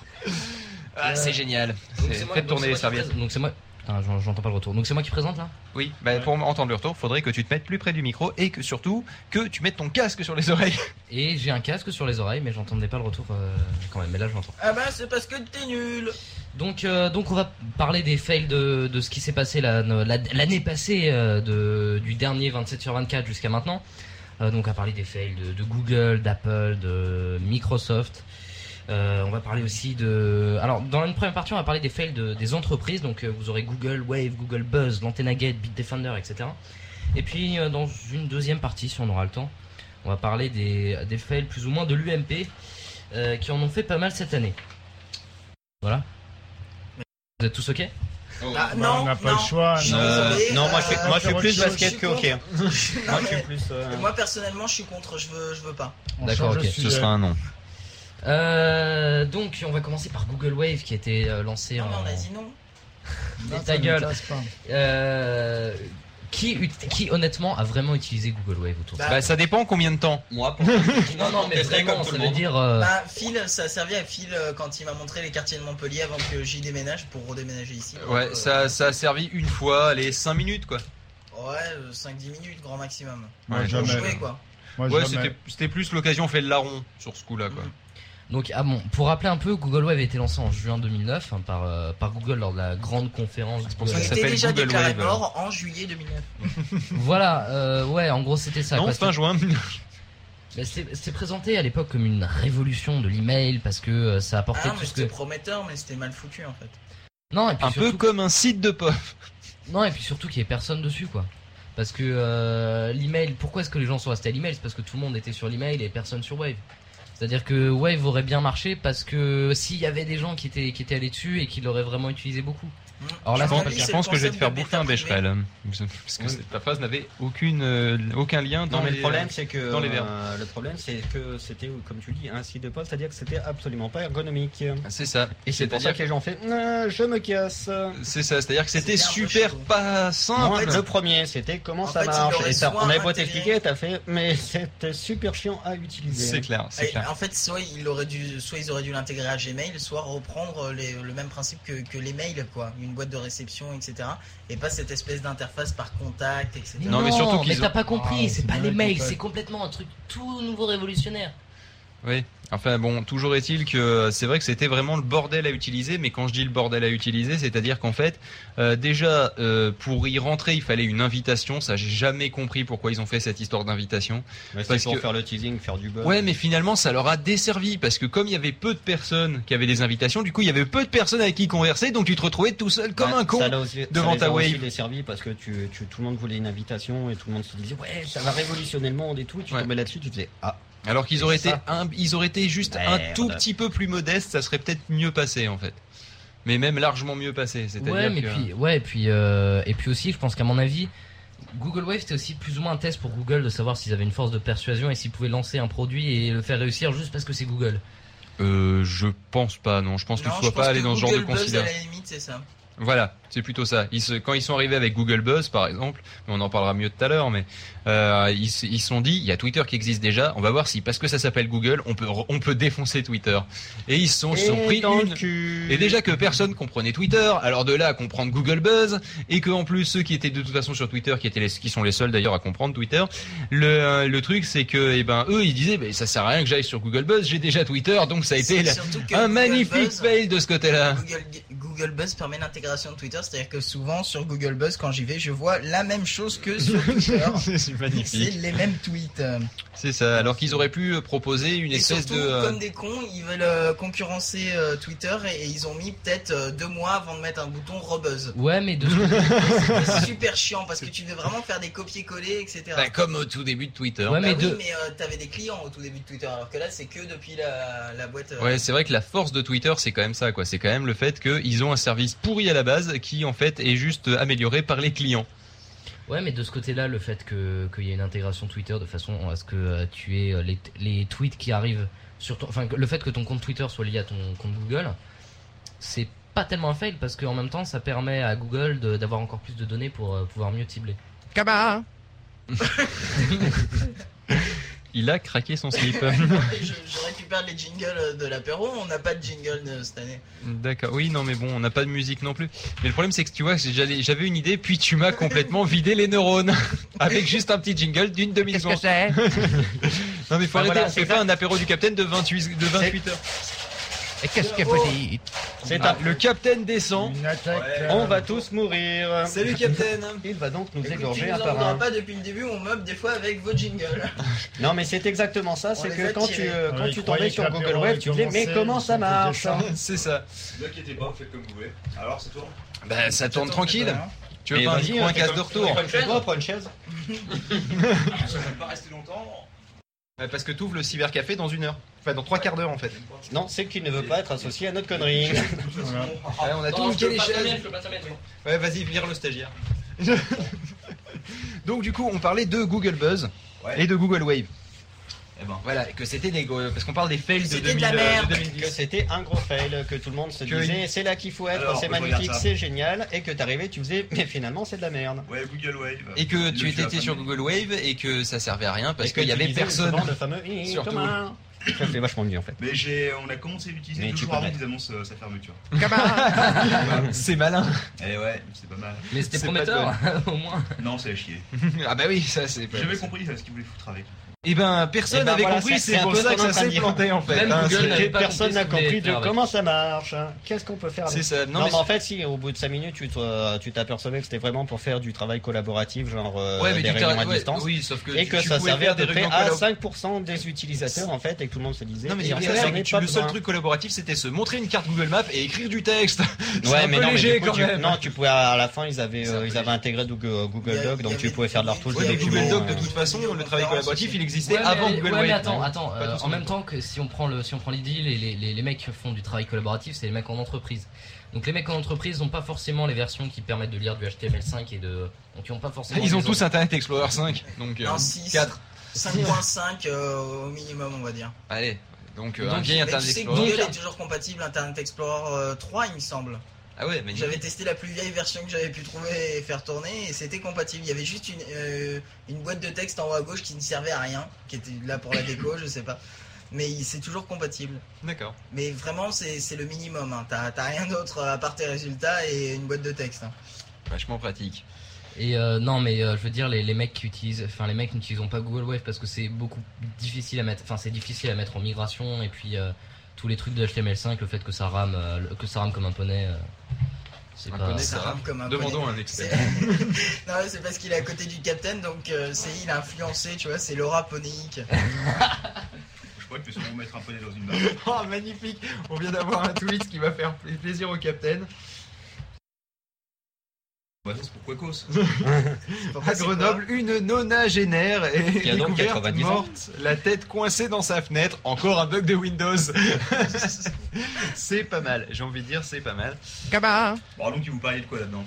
Speaker 4: Ah, c'est génial.
Speaker 2: Euh, Donc,
Speaker 4: C'est-
Speaker 2: c'est moi-
Speaker 4: Faites
Speaker 2: donc,
Speaker 4: tourner
Speaker 2: c'est moi
Speaker 4: les
Speaker 2: qui
Speaker 4: serviettes.
Speaker 2: présente- Donc c'est moi. Putain, j'en- j'entends pas le retour. Donc c'est moi qui présente là
Speaker 4: Oui, bah, pour entendre le retour, faudrait que tu te mettes plus près du micro et que surtout que tu mettes ton casque sur les oreilles.
Speaker 2: Et j'ai un casque sur les oreilles, mais j'entendais pas le retour euh, quand même. Mais là, je l'entends.
Speaker 8: Ah bah c'est parce que t'es nul.
Speaker 2: Donc, euh, donc on va parler des fails de, de ce qui s'est passé la- la- l'année passée, euh, de, du dernier 27 sur 24 jusqu'à maintenant. Euh, donc on va parler des fails de, de Google, d'Apple, de Microsoft. Euh, on va parler aussi de... Alors dans une première partie on va parler des fails de- des entreprises. Donc euh, vous aurez Google Wave, Google Buzz, l'Antenna Gate, Bitdefender, etc. Et puis euh, dans une deuxième partie si on aura le temps, on va parler des, des fails plus ou moins de l'UMP euh, qui en ont fait pas mal cette année. Voilà. Vous êtes tous ok
Speaker 8: Ah, non,
Speaker 3: on n'a pas le choix.
Speaker 8: je suis
Speaker 3: non.
Speaker 8: désolé,
Speaker 3: non, moi, je fais- moi, je fais
Speaker 8: euh,
Speaker 3: plus
Speaker 8: je-
Speaker 3: basket
Speaker 8: je suis
Speaker 3: que hockey, hein.
Speaker 8: contre. Je- non,
Speaker 3: Moi, je suis
Speaker 8: mais-
Speaker 3: plus, euh,
Speaker 8: Moi personnellement, je suis contre. Je veux, je veux pas.
Speaker 2: D'accord, ok.
Speaker 4: Ce sera un nom.
Speaker 2: Euh, donc, on va commencer par Google Wave qui a été euh, lancé en.
Speaker 8: On a dit non.
Speaker 3: euh,
Speaker 2: Mais
Speaker 8: Non,
Speaker 2: ta
Speaker 8: ça me
Speaker 2: gueule.
Speaker 8: casse pas.
Speaker 2: Euh, qui, ut- qui honnêtement a vraiment utilisé Google Wave autour de
Speaker 4: Bah, ça dépend combien de temps.
Speaker 2: Moi,
Speaker 8: Non, non,
Speaker 2: mais vraiment, ça veut dire. euh,
Speaker 8: Bah, Phil, ça a servi à Phil euh, quand il m'a montré les quartiers de Montpellier avant que j'y déménage pour redéménager ici.
Speaker 16: Ouais, ça, ça a servi une fois, les 5 minutes quoi.
Speaker 8: Ouais, euh, 5-10 minutes grand maximum.
Speaker 16: Moi,
Speaker 8: Pour
Speaker 16: jamais.
Speaker 8: jouer, quoi.
Speaker 16: ouais, c'était- c'était plus l'occasion fait le larron sur ce coup-là quoi.
Speaker 2: Donc, ah bon, pour rappeler un peu, Google Wave a été lancé en juin 2009 hein, par, euh, par Google lors de la grande conférence. C'est
Speaker 8: On était déjà déclaré mort en juillet 2009.
Speaker 2: Voilà, euh, ouais, en gros c'était ça.
Speaker 4: Non,
Speaker 2: quoi.
Speaker 4: fin
Speaker 2: C'était-
Speaker 4: juin.
Speaker 2: Mais C'était c'était présenté à l'époque comme une révolution de l'email parce que euh, ça
Speaker 8: Ah,
Speaker 2: apportait
Speaker 8: non,
Speaker 2: tout
Speaker 8: mais
Speaker 2: ce que.
Speaker 8: c'était prometteur, mais c'était mal foutu en fait.
Speaker 2: Non, et puis
Speaker 4: Un peu
Speaker 2: surtout-
Speaker 4: comme un site de pop.
Speaker 2: Non, et puis surtout qu'il n'y ait personne dessus, quoi. Parce que euh, l'email, pourquoi est-ce que les gens sont restés à l'email C'est parce que tout le monde était sur l'email et personne sur Wave. C'est-à-dire que Wave aurait bien marché parce que s'il y avait des gens qui étaient, qui étaient allés dessus et qui l'auraient vraiment utilisé beaucoup.
Speaker 4: Alors là,
Speaker 17: Je
Speaker 4: je
Speaker 17: pense-
Speaker 4: pense,
Speaker 17: je
Speaker 4: que je vais te faire bouffer un bécherel. Parce que c'est- ta phrase n'avait aucune, euh, aucun lien dans
Speaker 1: Non, mais
Speaker 4: les
Speaker 1: le problème, c'est que
Speaker 4: dans les verbes.
Speaker 1: euh, le problème, c'est que c'était, comme tu dis, un site de poste, c'est-à-dire que c'était absolument pas ergonomique.
Speaker 4: euh, C'est ça.
Speaker 1: Et c'est pour ça
Speaker 4: C'est-à-dire-
Speaker 1: que les gens fait, je me casse.
Speaker 4: C'est ça, c'est-à-dire que c'était super pas simple.
Speaker 1: le premier, c'était comment
Speaker 4: En
Speaker 1: ça
Speaker 4: fait, il
Speaker 1: marche.
Speaker 4: aurait
Speaker 1: Et ça,
Speaker 4: soit
Speaker 1: on avait beau
Speaker 4: intégré-
Speaker 1: t'expliquer, t'as fait, mais c'était super chiant à utiliser.
Speaker 8: Et En fait, soit, il aurait dû, soit ils auraient dû l'intégrer à Gmail, soit reprendre les- le même principe que, que les mails, quoi. Une boîte de réception, etc. Et pas cette espèce d'interface par contact, etc.
Speaker 4: Non, mais surtout qu'ils
Speaker 9: mais
Speaker 4: ont-
Speaker 9: t'as pas compris,
Speaker 4: Ah,
Speaker 9: c'est
Speaker 4: c'est
Speaker 9: pas
Speaker 4: mal
Speaker 9: les mails,
Speaker 4: compris.
Speaker 9: c'est complètement un truc tout nouveau révolutionnaire.
Speaker 4: Oui. Enfin bon, toujours est-il que euh, c'est vrai que c'était vraiment le bordel à utiliser, mais quand je dis le bordel à utiliser, c'est-à-dire qu'en fait, euh, déjà, euh, pour y rentrer, il fallait une invitation. Ça, j'ai jamais compris pourquoi ils ont fait cette histoire d'invitation.
Speaker 1: Mais c'est
Speaker 4: Parce
Speaker 1: pour
Speaker 4: que-
Speaker 1: faire le teasing, faire du buzz.
Speaker 4: Ouais, mais finalement, ça leur a desservi parce que comme il y avait peu de personnes qui avaient des invitations, du coup, il y avait peu de personnes avec qui converser, donc tu te retrouvais tout seul comme un con
Speaker 1: Ça l'a aussi-
Speaker 4: devant
Speaker 1: ça les
Speaker 4: ta
Speaker 1: a aussi
Speaker 4: wave.
Speaker 1: desservis parce que tu, tu- tout le monde voulait une invitation et tout le monde se disait ouais ça va révolutionner le monde et tout. Tu tombais là-dessus, tu faisais ah.
Speaker 4: Alors qu'ils
Speaker 1: c'est
Speaker 4: auraient
Speaker 1: ça.
Speaker 4: été un- ils auraient été juste un
Speaker 1: Merde.
Speaker 4: tout petit peu plus modestes, ça serait peut-être mieux passé en fait. Mais même largement mieux passé, c'est-à-dire
Speaker 9: Ouais, mais
Speaker 4: que-
Speaker 9: puis, ouais, et puis, euh, et puis aussi, je pense qu'à mon avis, Google Wave c'était aussi plus ou moins un test pour Google de savoir s'ils avaient une force de persuasion et s'ils pouvaient lancer un produit et le faire réussir juste parce que c'est Google.
Speaker 4: Euh, je pense pas, non. Je pense qu'ils ne
Speaker 9: Non,
Speaker 4: soient
Speaker 9: je pense
Speaker 4: pas allés
Speaker 9: que
Speaker 4: dans ce genre de
Speaker 9: Google Buzz,
Speaker 4: considération.
Speaker 8: À la limite, c'est ça.
Speaker 4: Voilà, c'est plutôt ça. Ils se- quand ils sont arrivés avec Google Buzz, par exemple, mais on en parlera mieux tout à l'heure, mais euh, ils se ils se sont dit, il y a Twitter qui existe déjà, on va voir si, parce que ça s'appelle Google, on peut, re- on peut défoncer Twitter. Et ils se sont, se sont
Speaker 1: Et
Speaker 4: pris
Speaker 1: dans le
Speaker 4: une... Et déjà que personne comprenait Twitter, alors de là à comprendre Google Buzz, et que en plus ceux qui étaient de toute façon sur Twitter, qui étaient les, qui sont les seuls d'ailleurs à comprendre Twitter, le, euh, le truc c'est que, eh ben, eux ils disaient, ben, ça sert à rien que j'aille sur Google Buzz, j'ai déjà Twitter, donc ça a été la-
Speaker 8: surtout que
Speaker 4: un
Speaker 8: Google
Speaker 4: magnifique
Speaker 8: Buzz-
Speaker 4: fail de ce côté-là.
Speaker 8: Google, Google Buzz permet l'intégration de Twitter, c'est-à-dire que souvent sur Google Buzz, quand j'y vais, je vois la même chose que sur Twitter.
Speaker 4: c'est magnifique.
Speaker 8: C'est les mêmes tweets.
Speaker 4: C'est ça, alors qu'ils auraient pu euh, proposer une
Speaker 8: Et
Speaker 4: espèce
Speaker 8: surtout,
Speaker 4: de... euh,
Speaker 8: comme des cons, ils veulent euh, concurrencer euh, Twitter et, et ils ont mis peut-être euh, deux mois avant de mettre un bouton Rebuzz.
Speaker 9: Ouais, mais de...
Speaker 8: C'est super chiant parce que tu devais vraiment faire des copier-coller, etc.
Speaker 4: bah, comme au tout début de Twitter.
Speaker 8: Bah oui, mais euh, t'avais des clients au tout début de Twitter, alors que là, c'est que depuis la, la boîte. euh,
Speaker 4: Ouais, c'est vrai que la force de Twitter, c'est quand même ça, quoi. C'est quand même le fait qu'ils ont un service pourri à la base qui, en fait, est juste euh, amélioré par les clients.
Speaker 9: Ouais, mais de ce côté-là, le fait que- qu'il y ait une intégration Twitter de façon à ce que euh, tu aies euh, les, les tweets qui arrivent sur ton. Enfin, que le fait que ton compte Twitter soit lié à ton compte Google, c'est pas tellement un fail parce qu'en même temps, ça permet à Google de- d'avoir encore plus de données pour euh, pouvoir mieux cibler.
Speaker 10: Kaba
Speaker 4: Il a craqué son slip.
Speaker 8: je, je récupère les jingles euh, de l'apéro, on n'a pas de jingle de, cette année.
Speaker 4: D'accord. Oui, non, mais bon, on n'a pas de musique non plus. Mais le problème, c'est que tu vois, j'allais- j'avais une idée, puis tu m'as complètement vidé les neurones avec juste un petit jingle d'une demi-seconde.
Speaker 10: Qu'est-ce
Speaker 4: que c'est Non, mais
Speaker 1: Bah,
Speaker 4: faut
Speaker 10: Ah,
Speaker 4: arrêter.
Speaker 10: voilà,
Speaker 4: on
Speaker 10: c'est
Speaker 4: fait pas un apéro du capitaine de 28 de 28 heures.
Speaker 10: Et qu'est-ce que
Speaker 4: Oh.
Speaker 10: vous dites
Speaker 4: C'est un- le capitaine descend.
Speaker 3: euh,
Speaker 1: On va tous mourir.
Speaker 4: Salut, Capitaine.
Speaker 1: Il va donc nous
Speaker 8: Écoute, tu
Speaker 1: égorger
Speaker 8: nous
Speaker 1: un
Speaker 8: en
Speaker 1: par
Speaker 8: voudras
Speaker 1: un.
Speaker 8: pas depuis le début, on meuble des fois avec vos jingles.
Speaker 1: Non mais c'est exactement ça, c'est
Speaker 8: les
Speaker 1: que
Speaker 8: a
Speaker 1: quand tu
Speaker 8: tirés.
Speaker 1: euh,
Speaker 8: Ouais,
Speaker 1: quand
Speaker 8: ils
Speaker 1: tu
Speaker 8: croyaient
Speaker 1: tombais
Speaker 8: que
Speaker 1: sur
Speaker 8: l'apéro
Speaker 1: Google
Speaker 8: avait
Speaker 1: Web, tu disais mais
Speaker 8: commencé,
Speaker 1: comment ça
Speaker 8: ils ont fait
Speaker 1: marche hein
Speaker 8: ça.
Speaker 4: C'est ça.
Speaker 18: Ne vous inquiétez pas, faites comme vous voulez. Alors, ça tourne
Speaker 4: Bah, ça tourne tranquille. Tu veux
Speaker 1: Eh,
Speaker 4: pas un
Speaker 1: vas-y,
Speaker 4: micro,
Speaker 1: on
Speaker 4: un
Speaker 1: fait
Speaker 4: casse
Speaker 1: comme-
Speaker 4: de retour.
Speaker 1: on fait comme- on prend une chaise.
Speaker 18: Ça va pas rester longtemps.
Speaker 4: Ouais, Parce que t'ouvres le cybercafé dans une heure. Enfin, dans trois quarts d'heure en fait.
Speaker 1: Non, c'est qu'il ne veut pas être associé à notre connerie.
Speaker 4: Ouais, on a tout niqué les chaises. Ouais, vas-y, vire le stagiaire. Donc, du coup, on parlait de Google Buzz et de Google Wave. Et ben, voilà, que c'était des. go- Parce qu'on parle des fails de, 2000, euh, de 2010.
Speaker 1: Que c'était un gros fail, que tout le monde se
Speaker 4: Que
Speaker 1: disait
Speaker 4: il-
Speaker 1: c'est là qu'il faut être,
Speaker 4: Alors,
Speaker 1: c'est
Speaker 4: je regarde
Speaker 1: magnifique,
Speaker 4: ça.
Speaker 1: c'est génial, et que t'arrivais, tu faisais mais finalement c'est de la merde.
Speaker 18: Ouais, Google Wave.
Speaker 4: Et que tu
Speaker 1: Le jeu
Speaker 4: étais
Speaker 1: à
Speaker 4: sur
Speaker 1: famille.
Speaker 4: Google Wave et que ça servait à rien parce
Speaker 1: Et que
Speaker 4: qu'il
Speaker 1: tu
Speaker 4: y avait
Speaker 1: disais
Speaker 4: personne.
Speaker 1: souvent le fameux Hi, hi,
Speaker 4: Surtout.
Speaker 1: Thomas. Ça c'est vachement mieux en fait.
Speaker 18: Mais j'ai, on a commencé à l'utiliser
Speaker 1: Mais
Speaker 18: deux
Speaker 1: tu
Speaker 18: jours
Speaker 1: peux
Speaker 18: avant
Speaker 1: mettre.
Speaker 18: qu'ils annoncent euh, sa fermeture.
Speaker 4: C'est malin.
Speaker 18: Eh ouais, c'est pas mal.
Speaker 4: Mais c'était C'est pas prometteur,
Speaker 9: au moins.
Speaker 18: Non, c'est à chier.
Speaker 4: ah bah oui, ça c'est.
Speaker 18: J'avais compris euh, ce qu'ils voulaient foutre avec.
Speaker 4: Et ben, personne
Speaker 18: Eh ben,
Speaker 4: n'avait
Speaker 18: voilà,
Speaker 4: compris,
Speaker 18: c'est-
Speaker 4: c'est
Speaker 18: c'est un
Speaker 4: pour
Speaker 18: peu
Speaker 4: ça
Speaker 18: ce
Speaker 4: que
Speaker 18: qu'on
Speaker 4: ça
Speaker 18: est en train
Speaker 4: s'est
Speaker 18: de dire.
Speaker 4: planté en fait.
Speaker 18: Même
Speaker 4: Hein,
Speaker 18: Google
Speaker 4: c'est-
Speaker 18: n'avait pas
Speaker 1: Personne n'a compris de comment ça marche. hein. Qu'est-ce qu'on peut faire
Speaker 4: C'est
Speaker 1: avec
Speaker 4: ça. Non,
Speaker 1: Non,
Speaker 4: mais
Speaker 1: mais en fait, si au bout de 5 minutes, tu te- tu t'apercevais que c'était vraiment pour faire du travail collaboratif, genre euh,
Speaker 4: Ouais, mais
Speaker 1: des
Speaker 4: tu
Speaker 1: réunions à
Speaker 4: t'arrêtes- ouais,
Speaker 1: distance,
Speaker 4: oui, sauf que
Speaker 1: et
Speaker 4: tu-
Speaker 1: que
Speaker 4: tu
Speaker 1: ça
Speaker 4: pouvais
Speaker 1: servait
Speaker 4: faire
Speaker 1: à peu
Speaker 4: des
Speaker 1: près
Speaker 4: réunions
Speaker 1: à
Speaker 4: collab-
Speaker 1: 5% des utilisateurs en fait, et que tout le monde se disait.
Speaker 4: Non mais
Speaker 1: et
Speaker 4: c'est
Speaker 1: on
Speaker 4: pour ça, c'est
Speaker 1: en
Speaker 4: que
Speaker 1: est
Speaker 4: tu-
Speaker 1: pas
Speaker 4: le seul
Speaker 1: besoin.
Speaker 4: truc collaboratif c'était se montrer une carte Google Maps et écrire du texte. C'est
Speaker 1: Ouais,
Speaker 4: un
Speaker 1: mais
Speaker 4: peu
Speaker 1: non, mais du
Speaker 4: léger
Speaker 1: coup,
Speaker 4: quand
Speaker 1: tu-
Speaker 4: même.
Speaker 1: Non, tu pouvais à la fin, ils avaient, euh, ils avaient intégré Google, Google Doc, donc tu pouvais faire de la retouche de
Speaker 4: Ouais, mais
Speaker 1: documents.
Speaker 4: Google Doc
Speaker 1: euh.
Speaker 4: de toute façon, le travail collaboratif il existe. existait
Speaker 2: Ouais, mais-
Speaker 4: avant
Speaker 2: ouais,
Speaker 4: Google
Speaker 2: mais
Speaker 4: Wave.
Speaker 2: attends, attends.
Speaker 4: Pas
Speaker 2: euh,
Speaker 4: tous
Speaker 2: en même temps que si on prend le, si on prend l'idylle, les, les, les, les mecs qui font du travail collaboratif, c'est les mecs en entreprise. Donc les mecs en entreprise n'ont pas forcément les versions qui permettent de lire du HTML5 et de, donc ils ont pas forcément.
Speaker 4: Ils ont
Speaker 2: les
Speaker 4: tous
Speaker 2: autres.
Speaker 4: Internet Explorer 5, donc euh,
Speaker 8: Non, 6,
Speaker 4: 4.
Speaker 8: 5.5 euh, au minimum, on va dire.
Speaker 4: Allez, donc, euh,
Speaker 8: Donc,
Speaker 4: un vieil
Speaker 8: mais
Speaker 4: Internet
Speaker 8: tu sais que
Speaker 4: Explorer.
Speaker 8: Google est toujours compatible Internet Explorer euh, 3, il me semble.
Speaker 4: Ah ouais, mais
Speaker 8: J'avais testé la plus vieille version que j'avais pu trouver et faire tourner et c'était compatible. Il y avait juste une, euh, une boîte de texte en haut à gauche qui ne servait à rien, qui était là pour la déco, je sais pas. Mais il- c'est toujours compatible.
Speaker 4: D'accord.
Speaker 8: Mais vraiment, c'est c'est le minimum. hein. T'as t'as rien d'autre à part tes résultats et une boîte de texte. hein.
Speaker 4: Vachement pratique.
Speaker 2: Et euh, non, mais euh, je veux dire, les, les mecs qui utilisent, enfin les mecs qui n'utilisent pas Google Wave parce que c'est beaucoup difficile à mettre, enfin c'est difficile à mettre en migration et puis euh, tous les trucs de HTML5, le fait que ça rame, euh, le- que ça rame comme un poney, euh, c'est pas.
Speaker 4: poney, ça rame
Speaker 8: comme un
Speaker 4: Demandons
Speaker 8: poney.
Speaker 4: un expert.
Speaker 8: C'est- non, mais c'est parce qu'il est à côté du capitaine, donc euh, c'est il a influencé, tu vois, c'est l'aura ponéique.
Speaker 18: Je crois que tu peux sûrement mettre un poney dans une barre.
Speaker 19: Oh, magnifique On vient d'avoir un tweet qui va faire pla- plaisir au Captain.
Speaker 18: Bah, ça, c'est pour Quacos.
Speaker 19: À Grenoble, une nonagénaire est
Speaker 4: Qui a donc
Speaker 19: découverte
Speaker 4: 90 ans.
Speaker 19: morte, la tête coincée dans sa fenêtre. Encore un bug de Windows.
Speaker 4: c'est pas mal, j'ai envie de dire, c'est pas mal.
Speaker 10: Cabas
Speaker 18: Bon, donc, il vous parlait de quoi là-dedans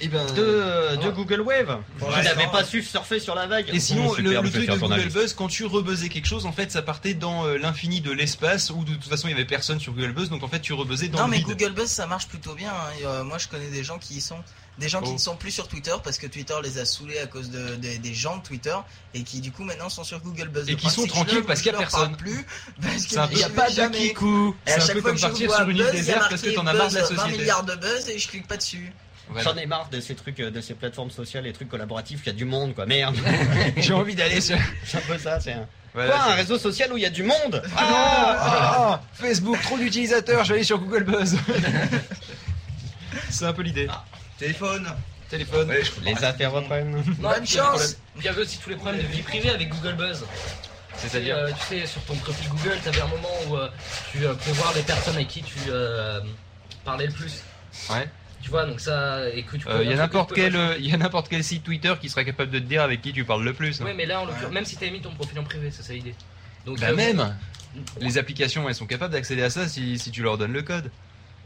Speaker 19: Eh ben,
Speaker 1: de, euh, de Google Wave.
Speaker 19: Pour
Speaker 1: Je n'avais
Speaker 19: l'instant.
Speaker 1: pas su surfer sur la vague.
Speaker 19: Et sinon,
Speaker 1: Mmh,
Speaker 19: le,
Speaker 1: superbe,
Speaker 19: le
Speaker 1: je
Speaker 19: truc
Speaker 1: vais faire
Speaker 19: de Google
Speaker 1: journaliste.
Speaker 19: Buzz, quand tu rebuzzais quelque chose, en fait, ça partait dans euh, l'infini de l'espace, où de toute façon, il y avait personne sur Google Buzz, donc en fait, tu rebuzzais dans
Speaker 8: non,
Speaker 19: le
Speaker 8: mais
Speaker 19: vide.
Speaker 8: Google Buzz ça marche plutôt bien. hein. Et, euh, moi je connais des gens qui y sont. Des gens qui
Speaker 19: Oh.
Speaker 8: ne sont plus sur Twitter parce que Twitter les a saoulés à cause de, des- des gens de Twitter et qui du coup maintenant sont sur Google Buzz.
Speaker 19: Et
Speaker 8: Le
Speaker 19: qui sont
Speaker 8: principe, je
Speaker 19: tranquilles
Speaker 8: leur-
Speaker 19: parce qu'il y a
Speaker 8: je leur parle
Speaker 19: personne.
Speaker 8: plus parce
Speaker 19: C'est un
Speaker 8: qu'il n'y a
Speaker 19: peu-
Speaker 8: pas
Speaker 19: c'est un peu
Speaker 8: jamais.
Speaker 19: Kikou.
Speaker 8: Et à
Speaker 19: C'est un
Speaker 8: chaque
Speaker 19: peu
Speaker 8: fois
Speaker 19: comme
Speaker 8: que je
Speaker 19: partir
Speaker 8: vois
Speaker 19: sur une île
Speaker 8: Buzz, il y a
Speaker 19: déserte parce
Speaker 8: marqué
Speaker 19: que t'en as marre de la
Speaker 8: Buzz, 20
Speaker 19: société.
Speaker 8: milliards de Buzz et je clique pas dessus.
Speaker 1: J'en ai marre de ces trucs, euh, de ces plateformes sociales, les trucs collaboratifs, il y a du monde quoi, merde.
Speaker 19: J'ai envie d'aller sur.
Speaker 1: C'est un peu ça, c'est un.
Speaker 19: Voilà,
Speaker 1: Quoi,
Speaker 19: c'est-
Speaker 1: un réseau social où il y a du monde
Speaker 19: Ah, ah, Facebook, trop d'utilisateurs, je vais aller sur Google Buzz. C'est un peu l'idée.
Speaker 2: Ah,
Speaker 18: Téléphone
Speaker 19: Téléphone.
Speaker 1: Les affaires reprennent.
Speaker 2: Non,
Speaker 8: Bonne
Speaker 2: et puis, il y a le
Speaker 8: chance.
Speaker 2: problème- Il y avait aussi tous les problèmes de vie privée avec Google Buzz.
Speaker 4: C'est-à-dire
Speaker 2: Euh, Tu sais, sur ton profil Google, t'avais un moment où euh, tu euh, pouvais voir les personnes à qui tu euh, parlais le plus.
Speaker 4: Ouais.
Speaker 2: Tu vois, donc ça, et que tu
Speaker 4: Euh, Il y a
Speaker 2: pouvais-
Speaker 4: n'importe
Speaker 2: tu pouvais-
Speaker 4: quel, euh, il y a n'importe quel site Twitter qui sera capable de te dire avec qui tu parles le plus. hein.
Speaker 2: Ouais, mais là, en l'occurrence, même si t'avais mis ton profil en privé, c'est ça l'idée. Donc,
Speaker 4: Bah
Speaker 2: euh,
Speaker 4: même Les applications, elles sont capables d'accéder à ça si, si tu leur donnes le code.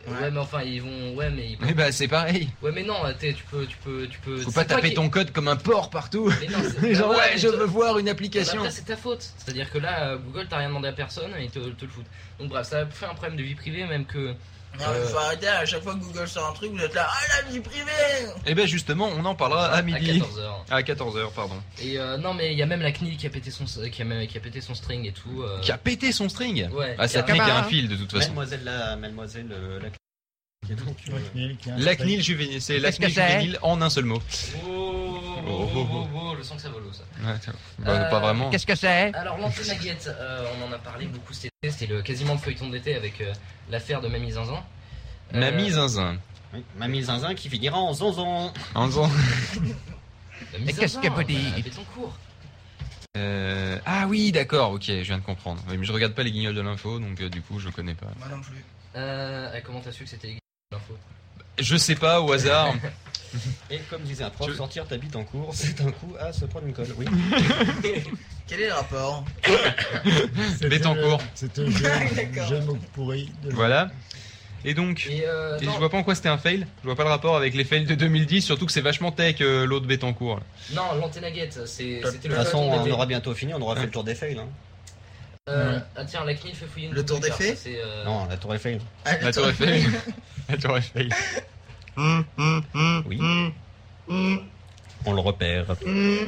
Speaker 2: Ouais, mais enfin, ils vont. Ouais, mais ils.
Speaker 4: Mais bah c'est pareil.
Speaker 2: Ouais, mais non, t'es- tu peux, tu peux, tu peux.
Speaker 4: Faut
Speaker 2: Euh, c'est
Speaker 4: pas
Speaker 2: toi
Speaker 4: taper
Speaker 2: qui-
Speaker 4: ton code comme un porc partout.
Speaker 2: Mais non, c'est-
Speaker 19: Les gens,
Speaker 2: bah
Speaker 19: ouais,
Speaker 2: mais
Speaker 19: je
Speaker 2: toi-
Speaker 19: veux voir une
Speaker 2: Bah
Speaker 19: application.
Speaker 2: Après, c'est ta faute. C'est-à-dire que là, euh, Google, t'as rien demandé à personne et ils te, te le foutent. Donc, bref, ça fait un problème de vie privée, même que.
Speaker 8: Non,
Speaker 2: euh,
Speaker 8: faut arrêter à chaque fois que Google sort un truc, vous êtes là, ah la vie privée
Speaker 4: Et ben justement, on en parlera à midi.
Speaker 2: 14h.
Speaker 4: À 14h, pardon.
Speaker 2: Et euh, non, mais il y a même la CNIL qui a pété son, qui a même- qui a pété son string et tout. euh.
Speaker 4: Qui a pété son string
Speaker 2: Ouais.
Speaker 4: Ah, ça
Speaker 2: Qui a- hein.
Speaker 4: tenait qu'à un fil de toute façon.
Speaker 1: Mademoiselle la. Mademoiselle euh, la. qui est donc, euh,
Speaker 3: hein.
Speaker 4: La CNIL juvénile, c'est la
Speaker 2: Qu'est-ce que
Speaker 4: CNIL
Speaker 2: c'est
Speaker 4: juvénile en un seul mot.
Speaker 2: Oh, oh, oh, oh, oh, oh, je sens que ça vole ça.
Speaker 4: Ouais, bah,
Speaker 2: Euh,
Speaker 4: pas vraiment.
Speaker 10: Qu'est-ce que c'est
Speaker 2: Alors l'antenne à guette, euh, on en a parlé beaucoup cet été, c'était le, quasiment le feuilleton d'été avec euh, l'affaire de Mamie Zinzin. Euh,
Speaker 4: Mamie Zinzin.
Speaker 1: oui, Mamie Zinzin qui finira en zonzon.
Speaker 4: En zon-
Speaker 2: Mamie
Speaker 10: Mais qu'est-ce
Speaker 2: Zinzin,
Speaker 10: qu'elle veut dire
Speaker 2: bah, Bettencourt.
Speaker 4: Euh, Ah oui, d'accord, ok, je viens de comprendre. Mais je regarde pas les guignols de l'info, donc euh, du coup, je connais pas.
Speaker 8: Moi non plus.
Speaker 2: Euh, euh, comment t'as su que c'était l'info
Speaker 4: Je sais pas, au hasard.
Speaker 1: Et comme disait un prof,
Speaker 4: Tu-
Speaker 1: sortir ta bite en cours, c'est un coup à se prendre une colle. Oui.
Speaker 8: Quel est le rapport
Speaker 4: Mais en cours.
Speaker 3: C'était un jeu- jeu mot pourri. de-
Speaker 4: Voilà. Et donc,
Speaker 2: Et, euh,
Speaker 4: et
Speaker 2: non,
Speaker 4: je vois pas en quoi c'était un fail. Je vois pas le rapport avec les fails de 2010, surtout que c'est vachement tech euh, l'autre Bettencourt. là.
Speaker 2: non, l'antenne à guette, c'est-
Speaker 1: De
Speaker 2: c'était
Speaker 1: toute
Speaker 2: le
Speaker 1: façon,
Speaker 2: feuilleton
Speaker 1: on
Speaker 2: d'été.
Speaker 1: aura bientôt fini, on aura fait le tour des fails. hein.
Speaker 2: Euh, ah tiens, la CNIL fait fouiller une
Speaker 8: Le tour des
Speaker 2: Twitter,
Speaker 8: faits
Speaker 2: ça, c'est, euh,
Speaker 1: Mm. Non, la tour Eiffel.
Speaker 8: Ah,
Speaker 19: Bah,
Speaker 8: le
Speaker 4: La tour
Speaker 8: tour-
Speaker 4: Eiffel. La tour Eiffel.
Speaker 1: Oui. On le repère.
Speaker 2: euh,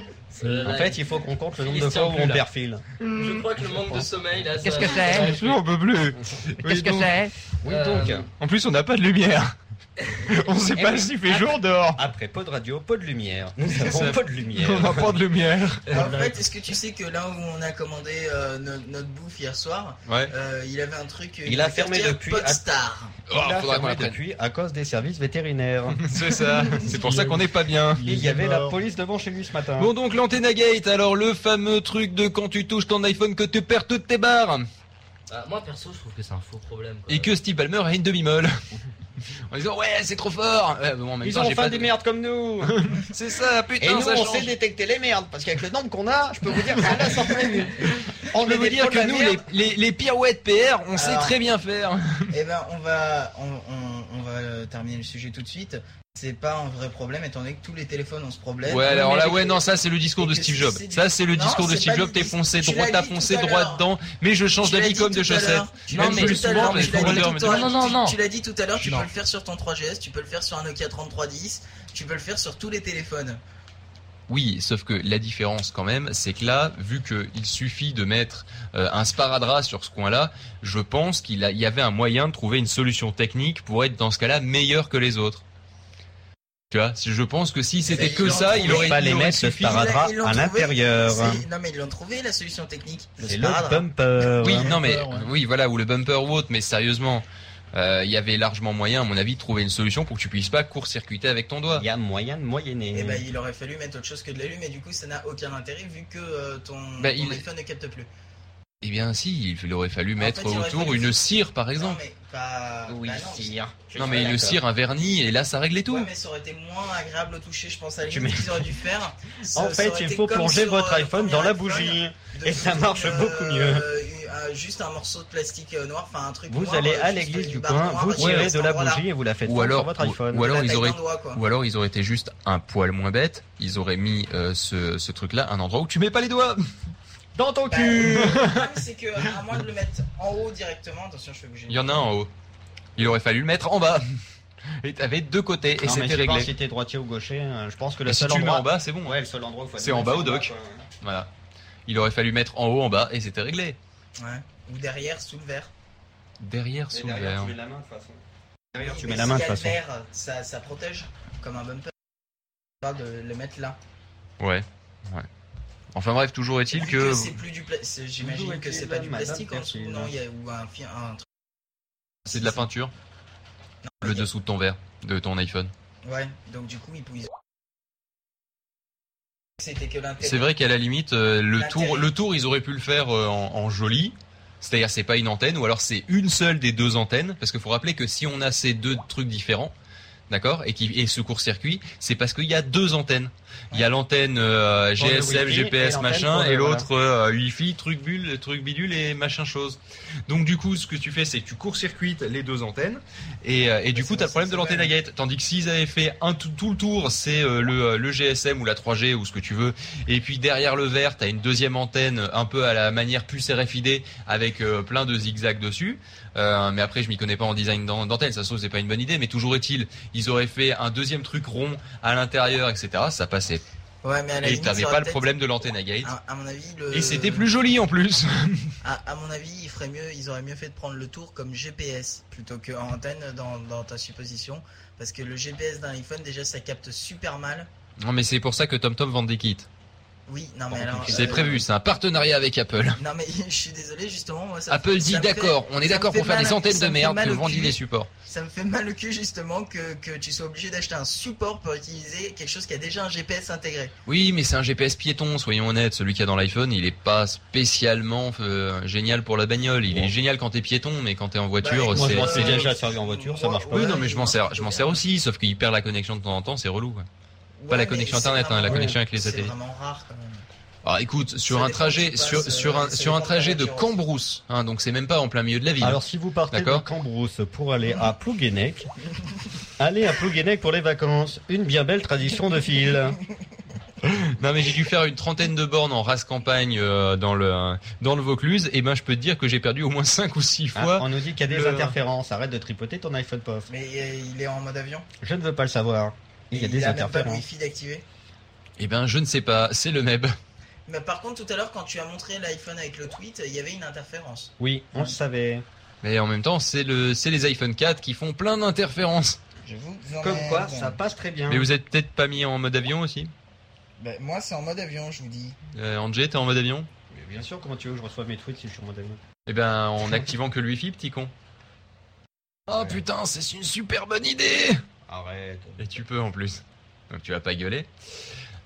Speaker 1: En
Speaker 2: la-
Speaker 1: fait, il faut qu'on compte le nombre
Speaker 2: Il
Speaker 1: de
Speaker 2: se
Speaker 1: fois où
Speaker 2: tient plus,
Speaker 1: on
Speaker 2: là.
Speaker 1: perfile.
Speaker 2: Je crois que le manque de sommeil là.
Speaker 10: Qu'est-ce
Speaker 2: ça-
Speaker 10: que c'est
Speaker 2: ça-
Speaker 4: J'en Ah, peux plus.
Speaker 10: Qu'est-ce que c'est
Speaker 1: Oui,
Speaker 2: Euh,
Speaker 1: donc.
Speaker 4: En plus, on n'a pas de lumière. On sait
Speaker 1: Eh
Speaker 4: pas
Speaker 1: oui.
Speaker 4: s'il fait jour dehors.
Speaker 1: Après pot de radio, pot de lumière. Nous
Speaker 4: Ça- Oh,
Speaker 1: avons pot de
Speaker 4: On n'a
Speaker 1: lumière.
Speaker 4: pas de lumière.
Speaker 8: En fait, est-ce que tu sais que là où on a commandé euh, no- notre, bouffe hier soir,
Speaker 4: Ouais.
Speaker 8: euh, il avait un truc. euh,
Speaker 1: Il
Speaker 8: une
Speaker 1: a fermé
Speaker 8: cafetière
Speaker 1: depuis à-
Speaker 8: Podstar.
Speaker 1: Il
Speaker 4: Oh,
Speaker 1: a
Speaker 4: faudra qu'on
Speaker 1: fermé
Speaker 4: l'apprenne.
Speaker 1: depuis à cause des services vétérinaires.
Speaker 4: C'est ça. C'est pour ça qu'on n'est pas bien.
Speaker 1: Il y avait la
Speaker 3: mort.
Speaker 1: police devant chez lui ce matin.
Speaker 4: Bon donc l'antenna gate, alors le fameux truc de quand tu touches ton iPhone que tu perds toutes tes barres
Speaker 2: Bah, moi perso, je trouve que c'est un faux problème. quoi.
Speaker 4: et que Steve Palmer a une demi-molle. en disant ouais c'est trop fort. Ouais, bon, en même
Speaker 1: Ils
Speaker 4: temps,
Speaker 1: ont
Speaker 4: j'ai
Speaker 1: enfin
Speaker 4: pas
Speaker 1: des
Speaker 4: de-
Speaker 1: merdes comme nous
Speaker 4: C'est ça, putain,
Speaker 1: Et nous,
Speaker 4: ça
Speaker 1: on
Speaker 4: change.
Speaker 1: sait détecter les merdes, parce qu'avec le nombre qu'on a, je peux vous dire que celle-là s'en prévue.
Speaker 12: On peut vous dire que nous, les, les, les pirouettes PR, on sait
Speaker 8: Alors.
Speaker 12: très bien faire.
Speaker 8: Eh ben, on va, on, on- on va euh, terminer le sujet tout de suite. C'est pas un vrai problème étant donné que tous les téléphones ont ce problème. Ah
Speaker 4: Ouais, alors là,
Speaker 8: Mais-
Speaker 4: ouais, non, ça c'est le discours de
Speaker 8: Et que
Speaker 4: Steve
Speaker 8: c'est-
Speaker 4: Jobs.
Speaker 8: c'est du-
Speaker 4: Ça c'est le
Speaker 8: Non,
Speaker 4: discours de
Speaker 8: c'est
Speaker 4: Steve
Speaker 8: pas
Speaker 4: Jobs.
Speaker 8: du
Speaker 4: T'es
Speaker 8: discours.
Speaker 4: foncé
Speaker 8: Tu
Speaker 4: droit,
Speaker 8: l'as
Speaker 4: t'as
Speaker 8: dit tout
Speaker 4: foncé
Speaker 8: à
Speaker 4: droit
Speaker 8: l'heure.
Speaker 4: dedans. Mais je change
Speaker 8: Tu l'as
Speaker 4: d'avis
Speaker 8: dit
Speaker 4: comme de
Speaker 8: tout à l'heure.
Speaker 4: chaussettes.
Speaker 8: Non,
Speaker 4: Même
Speaker 8: mais
Speaker 4: plus
Speaker 8: tout à l'heure,
Speaker 4: souvent, mais
Speaker 8: tu l'as
Speaker 4: pour
Speaker 8: dit
Speaker 4: l'heure,
Speaker 8: tout
Speaker 4: mais
Speaker 8: à l'heure,
Speaker 4: non,
Speaker 8: tu-
Speaker 4: non, non.
Speaker 8: Tu l'as dit tout à l'heure, tu
Speaker 4: Non.
Speaker 8: peux le faire sur ton 3GS, tu peux le faire sur un Nokia 3310, tu peux le faire sur tous les téléphones.
Speaker 4: Oui, sauf que la différence quand même, c'est que là, vu qu'il suffit de mettre euh, un sparadrap sur ce coin-là, je pense qu'il a- il y avait un moyen de trouver une solution technique pour être dans ce cas-là meilleur que les autres. Tu vois, si- je pense que si c'était
Speaker 8: Mais
Speaker 4: que
Speaker 8: ils
Speaker 4: ça,
Speaker 8: l'ont
Speaker 4: il
Speaker 8: trouvé.
Speaker 4: aurait
Speaker 20: Pas les
Speaker 4: il aurait
Speaker 20: mettre, le
Speaker 4: suffi-
Speaker 20: sparadrap
Speaker 8: Ils l'ont
Speaker 20: à
Speaker 8: trouvé,
Speaker 20: l'intérieur.
Speaker 8: c'est- Non, mais ils l'ont trouvé la solution technique.
Speaker 20: C'est le
Speaker 8: sparadrap.
Speaker 20: euh, bumper.
Speaker 4: Oui, non mais oui, voilà, ou le bumper ou autre, mais sérieusement, euh, il y avait largement moyen, à mon avis, de trouver une solution pour que tu puisses pas court-circuiter avec ton doigt.
Speaker 1: Il y a moyen de moyenner.
Speaker 8: Eh ben, il aurait fallu mettre autre chose que de l'allume, et du coup, ça n'a aucun intérêt vu que euh, ton,
Speaker 1: Ben,
Speaker 4: Bah,
Speaker 8: ton
Speaker 4: il-
Speaker 8: téléphone ne capte plus.
Speaker 4: Eh bien, si, il aurait fallu mettre
Speaker 8: fait, il aurait
Speaker 4: autour
Speaker 8: fallu
Speaker 4: une
Speaker 8: faire-
Speaker 4: cire, par exemple.
Speaker 8: Bah,
Speaker 1: Oui,
Speaker 8: bah non.
Speaker 1: cire. Je
Speaker 4: non,
Speaker 1: suis
Speaker 4: mais une
Speaker 1: d'accord.
Speaker 4: cire, un vernis, et là, ça réglait tout.
Speaker 8: Ouais, mais ça aurait été moins agréable au toucher, je pense à la
Speaker 1: Tu
Speaker 8: limite
Speaker 1: mets-
Speaker 8: qu'ils auraient dû faire. Ça-
Speaker 1: En
Speaker 8: ça
Speaker 1: fait,
Speaker 8: aurait
Speaker 1: il
Speaker 8: été
Speaker 1: faut
Speaker 8: comme
Speaker 1: plonger
Speaker 8: sur,
Speaker 1: votre
Speaker 8: euh,
Speaker 1: iPhone
Speaker 8: premier
Speaker 1: dans la
Speaker 8: iPhone,
Speaker 1: bougie.
Speaker 8: de
Speaker 1: Et ça
Speaker 8: foutre,
Speaker 1: marche
Speaker 8: euh,
Speaker 1: beaucoup mieux.
Speaker 8: euh, juste un morceau de plastique euh, noir, enfin un truc.
Speaker 1: Vous
Speaker 8: noir,
Speaker 1: allez
Speaker 8: euh,
Speaker 1: à
Speaker 8: juste
Speaker 1: l'église
Speaker 8: une
Speaker 1: du
Speaker 8: barre
Speaker 1: coin,
Speaker 8: noire
Speaker 1: vous
Speaker 8: avec
Speaker 1: tirez
Speaker 8: cet
Speaker 1: de la
Speaker 8: endroit-là.
Speaker 1: bougie et vous la faites
Speaker 4: Ou
Speaker 1: fondre
Speaker 4: alors,
Speaker 1: sur votre
Speaker 4: ou-
Speaker 1: iPhone.
Speaker 4: ou alors
Speaker 8: La
Speaker 4: ils
Speaker 8: taille
Speaker 4: auraient,
Speaker 8: d'un doigt, quoi.
Speaker 4: ou alors ils auraient été juste un poil moins bêtes. Ils auraient mis euh, ce, ce truc-là, un endroit où tu mets pas les doigts.
Speaker 1: Dans ton
Speaker 8: Bah,
Speaker 1: cul.
Speaker 8: le problème, c'est que euh, à moins de le mettre en haut directement, attention, je fais bouger.
Speaker 4: Il y en a un en haut. Il aurait fallu le mettre en bas. Et t'avais deux côtés et
Speaker 1: Non, mais
Speaker 4: c'était
Speaker 1: je sais pas
Speaker 4: réglé.
Speaker 1: si t'es droitier ou gaucher, hein, je pense que le
Speaker 4: Et si
Speaker 1: seul
Speaker 4: tu le mets
Speaker 1: endroit.
Speaker 4: en bas, c'est bon.
Speaker 1: Ouais, le seul endroit où faut
Speaker 4: C'est
Speaker 1: mettre,
Speaker 4: en bas au doc.
Speaker 1: quoi.
Speaker 4: Voilà. Il aurait fallu mettre en haut, en bas et c'était réglé.
Speaker 8: Ouais. Ou derrière, sous le verre.
Speaker 4: Derrière
Speaker 1: Et
Speaker 4: sous le
Speaker 1: derrière,
Speaker 4: verre.
Speaker 1: tu mets la main de toute façon. Derrière, tu
Speaker 8: Mais
Speaker 1: mets la main de
Speaker 8: s'il y a
Speaker 1: toute
Speaker 8: le
Speaker 1: façon.
Speaker 8: verre, ça, ça protège comme un bumper. Pas de le mettre là.
Speaker 4: Ouais. Ouais. Enfin bref, toujours est-il
Speaker 8: Vu que
Speaker 4: que.
Speaker 8: c'est plus du plastique. J'imagine
Speaker 1: Toujours
Speaker 8: que c'est
Speaker 1: est-il,
Speaker 8: pas du
Speaker 1: madame
Speaker 8: plastique en dessous,
Speaker 1: Persil.
Speaker 8: non Il y a ou un, fi- un truc.
Speaker 4: C'est de la peinture. Le dessous de ton verre, de ton iPhone.
Speaker 8: Ouais, donc du coup, ils pouvaient. C'était que l'intérêt.
Speaker 4: C'est vrai qu'à la limite, euh, le
Speaker 8: L'intérêt.
Speaker 4: tour, le tour, ils auraient pu le faire euh, en, en joli. C'est-à-dire, c'est pas une antenne, ou alors c'est une seule des deux antennes, parce qu'il faut rappeler que si on a ces deux trucs différents, d'accord, et, qui- et ce court-circuit, c'est parce qu'il y a deux antennes. Il y a l'antenne euh,
Speaker 1: Pour le Wi-Fi,
Speaker 4: GSM,
Speaker 1: et
Speaker 4: GPS,
Speaker 1: l'antenne
Speaker 4: machin,
Speaker 1: pour le-
Speaker 4: et l'autre euh, Wi-Fi, truc bulle, truc bidule et machin chose. Donc du coup, ce que tu fais, c'est que tu court-circuites les deux antennes, et, euh, et du coup, t'as le problème de l'antenne à guette. Tandis que s'ils avaient fait un tout, tout le tour, c'est euh, le, euh, le GSM ou la 3G ou ce que tu veux, et puis derrière le vert, t'as une deuxième antenne un peu à la manière puce RFID avec euh, plein de zigzags dessus. Euh, mais après, je m'y connais pas en design d'an- d'antenne, ça se trouve, c'est pas une bonne idée, mais toujours est-il, ils auraient fait un deuxième truc rond à l'intérieur, etc. Ça passait.
Speaker 8: Ouais, mais à la Ah.
Speaker 4: et
Speaker 8: limite,
Speaker 4: t'avais
Speaker 8: ça
Speaker 4: pas
Speaker 8: aurait
Speaker 4: le
Speaker 8: peut-être-
Speaker 4: problème de l'antenne à gate.
Speaker 8: À, à mon avis, le-
Speaker 4: Et c'était plus joli en plus.
Speaker 8: À, à mon avis, il ferait mieux, ils auraient mieux fait de prendre le tour comme GPS plutôt que en antenne dans, dans ta supposition, parce que le GPS d'un iPhone déjà ça capte super mal.
Speaker 4: non, mais c'est pour ça que TomTom vend des kits.
Speaker 8: Oui, non mais alors.
Speaker 4: C'est
Speaker 8: euh,
Speaker 4: prévu, c'est un partenariat avec Apple.
Speaker 8: Non mais je suis désolé justement. Moi, ça me-
Speaker 4: Apple dit
Speaker 8: ça me fait-
Speaker 4: d'accord, on est
Speaker 8: ça me
Speaker 4: d'accord
Speaker 8: fait
Speaker 4: pour faire des
Speaker 8: mal-
Speaker 4: centaines
Speaker 8: ça
Speaker 4: de
Speaker 8: me fait
Speaker 4: merdes
Speaker 8: mal
Speaker 4: que
Speaker 8: au
Speaker 4: vendit
Speaker 8: cul.
Speaker 4: les supports.
Speaker 8: Ça me fait mal au cul justement que, que tu sois obligé d'acheter un support pour utiliser quelque chose qui a déjà un GPS intégré.
Speaker 4: Oui, mais c'est un GPS piéton, soyons honnêtes. Celui qu'il y a dans l'iPhone, il est pas spécialement euh, génial pour la bagnole. Il est génial quand t'es piéton, mais quand t'es en
Speaker 8: Bah,
Speaker 4: voiture,
Speaker 1: Moi, je
Speaker 4: c'est.
Speaker 1: m'en suis
Speaker 4: c'est-
Speaker 8: euh,
Speaker 1: déjà servi en voiture, ça marche pas.
Speaker 4: Oui, non, mais je m'en sers, je m'en sers aussi, sauf qu'il perd la connexion de temps en temps, c'est relou. quoi. pas la
Speaker 8: Ouais, mais
Speaker 4: connexion
Speaker 8: c'est
Speaker 4: internet, hein, la
Speaker 8: vraiment-
Speaker 4: connexion avec les
Speaker 8: C'est
Speaker 4: satellites.
Speaker 8: vraiment rare quand même.
Speaker 4: Ah, écoute, sur
Speaker 8: Ça
Speaker 4: un
Speaker 8: dépend où
Speaker 4: trajet,
Speaker 8: tu passes,
Speaker 4: sur,
Speaker 8: euh,
Speaker 4: sur un,
Speaker 8: ça
Speaker 4: sur un
Speaker 8: dépend de la
Speaker 4: trajet de
Speaker 8: voiture.
Speaker 4: Cambrousse, hein, donc c'est même pas en plein milieu de la ville.
Speaker 20: Alors si vous partez de
Speaker 4: D'accord.
Speaker 20: Cambrousse pour aller à Plouguenec, allez à Plouguenec pour les vacances. Une bien belle tradition de fil.
Speaker 4: Non mais j'ai dû faire une trentaine de bornes en race campagne euh, dans le dans le Vaucluse et ben je peux te dire que j'ai perdu au moins 5 ou 6
Speaker 20: Ah,
Speaker 4: fois.
Speaker 20: on nous dit qu'il y a des
Speaker 4: le-
Speaker 20: interférences. Arrête de tripoter ton iPhone pof.
Speaker 8: Mais euh, il est en mode avion.
Speaker 20: Je ne veux pas le savoir. Il y a
Speaker 8: Et
Speaker 20: des
Speaker 8: a même pas le
Speaker 20: interférences.
Speaker 8: wifi d'activer.
Speaker 4: Eh ben je ne sais pas, c'est le MEB.
Speaker 8: Mais par contre, tout à l'heure, quand tu as montré l'iPhone avec le tweet, il y avait une interférence.
Speaker 20: Oui, on le savait.
Speaker 4: Mais en même temps, c'est le c'est les iPhone 4 qui font plein d'interférences.
Speaker 8: Je vous en
Speaker 20: Comme
Speaker 8: ai-
Speaker 20: quoi,
Speaker 8: bon.
Speaker 20: ça passe très bien.
Speaker 4: Mais vous êtes peut-être pas mis en mode avion aussi
Speaker 8: Bah, moi, c'est en mode avion, je vous dis.
Speaker 4: euh, Angé, t'es en mode avion
Speaker 20: Mais bien sûr, comment tu veux que je reçoive mes tweets si je suis en mode avion
Speaker 4: Eh ben en activant que le Wi-Fi, petit con. Oh putain, c'est une super bonne idée
Speaker 1: Arrête.
Speaker 4: Et tu peux en plus. Donc tu vas pas gueuler.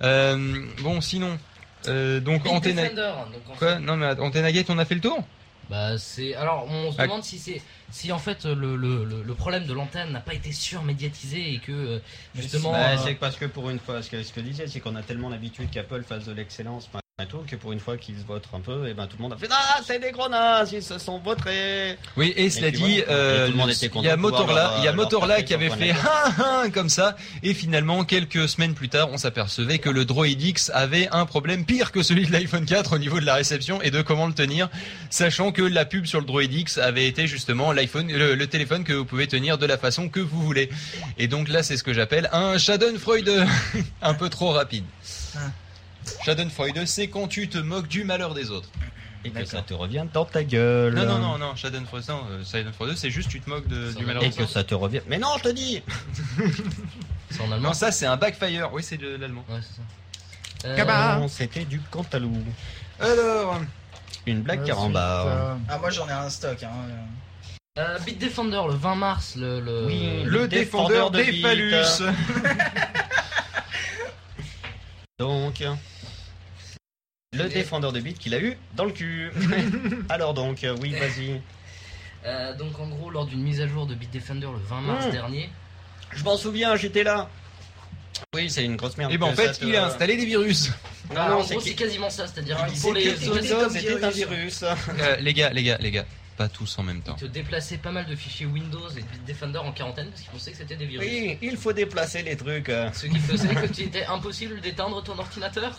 Speaker 4: Euh, bon sinon euh, donc
Speaker 9: Big
Speaker 4: Antena
Speaker 9: Defender, donc on-
Speaker 2: hein,
Speaker 4: Quoi Non mais Antena Gate, on a fait le tour
Speaker 2: Bah c'est alors on se
Speaker 1: Bah,
Speaker 21: Ah.
Speaker 2: demande si c'est si en fait le, le- le- le problème de l'antenne n'a pas été surmédiatisé et que euh, justement
Speaker 1: Bah,
Speaker 2: euh,
Speaker 1: c'est parce que pour une fois, ce que ce que je disais, c'est qu'on a tellement l'habitude qu'Apple fasse de l'excellence et tout, que pour une fois qu'ils se votent un peu, et ben tout le monde a fait Ah, c'est des gros nazes, ils se sont votés
Speaker 4: Oui, et cela
Speaker 1: puis
Speaker 4: dit,
Speaker 1: voilà.
Speaker 4: euh,
Speaker 1: Et tout le monde était
Speaker 4: il
Speaker 1: content
Speaker 4: y
Speaker 1: de
Speaker 4: a
Speaker 1: pouvoir euh,
Speaker 4: Motorola,
Speaker 1: leur-
Speaker 4: il y a
Speaker 1: leur
Speaker 4: Motorola
Speaker 1: porter
Speaker 4: qui avait
Speaker 1: sur
Speaker 4: fait Hein, hein comme ça, et finalement quelques semaines plus tard, on s'apercevait que le Droid X avait un problème pire que celui de l'iPhone 4 au niveau de la réception et de comment le tenir, sachant que la pub sur le Droid X avait été justement l'iPhone, le, le téléphone que vous pouvez tenir de la façon que vous voulez. Et donc là, c'est ce que j'appelle un Schadenfreude, un peu trop rapide. Schadenfreude, c'est quand tu te moques du malheur des autres.
Speaker 1: Et que ça te revient dans ta gueule.
Speaker 4: Non, non, non, non, Schadenfreude, non, euh, Schadenfreude, c'est juste tu te moques de- du malheur
Speaker 1: Et
Speaker 4: des
Speaker 1: que
Speaker 4: autres.
Speaker 1: ça te revient. Mais non, je te dis
Speaker 2: en allemand.
Speaker 4: Non, ça c'est un backfire. Oui, c'est de l'allemand.
Speaker 2: Ouais, c'est Euh,
Speaker 4: ça.
Speaker 1: Non, C'était du cantalou.
Speaker 4: Alors.
Speaker 1: Une blague
Speaker 8: Ensuite,
Speaker 1: carambar.
Speaker 8: euh, Ah, moi j'en ai un stock. Hein.
Speaker 2: euh, Bitdefender le 20 mars le le,
Speaker 1: Oui, le le défendeur défendeur de des bits. phallus. Donc, le défendeur de bite qu'il a eu dans le cul. Alors donc, euh, oui, vas-y.
Speaker 2: Euh, donc en gros lors d'une mise à jour de Bitdefender le 20 mars
Speaker 1: Mmh.
Speaker 2: dernier
Speaker 1: Je m'en souviens, j'étais là. Oui, c'est une grosse merde.
Speaker 4: Et ben en
Speaker 1: que ça
Speaker 4: fait,
Speaker 1: te-
Speaker 4: il a installé des virus.
Speaker 1: Non,
Speaker 2: Bah,
Speaker 1: non,
Speaker 2: en
Speaker 1: c'est
Speaker 2: gros
Speaker 1: qui-
Speaker 2: c'est quasiment ça c'est-à-dire
Speaker 1: Il
Speaker 2: que
Speaker 1: disait
Speaker 2: pour les
Speaker 1: que Windows
Speaker 2: c'était comme
Speaker 1: était un virus.
Speaker 4: Euh, les gars, les gars, les gars, pas tous en même temps.
Speaker 2: te déplacer pas mal de fichiers Windows et Bitdefender en quarantaine parce qu'ils pensaient que c'était des virus.
Speaker 1: Oui, il faut déplacer les trucs.
Speaker 2: Ce qui faisait que tu étais impossible d'éteindre ton ordinateur.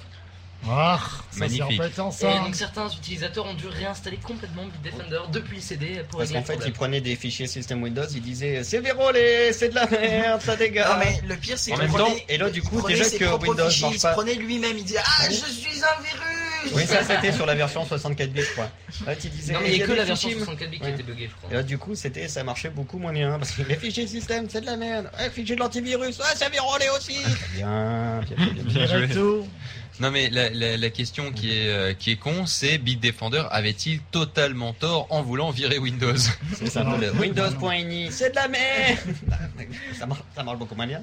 Speaker 3: Ah, ça c'est
Speaker 1: Magnifique.
Speaker 3: embêtant
Speaker 2: Et
Speaker 3: ça.
Speaker 2: donc certains utilisateurs ont dû réinstaller complètement Bitdefender depuis le CD pour
Speaker 1: Parce
Speaker 2: régler
Speaker 1: qu'en
Speaker 2: le
Speaker 1: fait, ils
Speaker 2: problème.
Speaker 1: prenaient des fichiers système Windows, ils disaient c'est vérolé, c'est de la merde, ça dégage.
Speaker 8: Non, mais le pire, c'est
Speaker 1: Ah, En
Speaker 8: que
Speaker 1: même
Speaker 8: prenez-
Speaker 1: temps, et là, du coup,
Speaker 8: prenez
Speaker 1: déjà
Speaker 8: ses
Speaker 1: que
Speaker 8: propres
Speaker 1: Windows
Speaker 8: fichiers,
Speaker 1: marche
Speaker 8: il se
Speaker 1: pas.
Speaker 8: prenait lui-même, il disait Ah, je suis un virus
Speaker 1: Oui, ça c'était sur la version 64 bits, je crois. Là, tu disais,
Speaker 2: Non, mais il y a
Speaker 1: a
Speaker 2: que
Speaker 1: des
Speaker 2: la version
Speaker 1: fichiers-
Speaker 2: 64 bits qui
Speaker 1: Ouais.
Speaker 2: était buggée, je crois.
Speaker 1: Et là, du coup, c'était, ça marchait beaucoup moins bien. Parce que les fichiers système, c'est de la merde. Ah, fichiers de l'antivirus, ah, ça vérolé aussi. Bien, Ah, bien, bien, bien.
Speaker 4: Bien joué. Non mais la, la- la question qui est euh, qui est con, c'est Bitdefender avait-il totalement tort en voulant virer Windows
Speaker 1: C'est ça, le Windows.ini, c'est de la merde. ça, marche, ça marche beaucoup moins bien.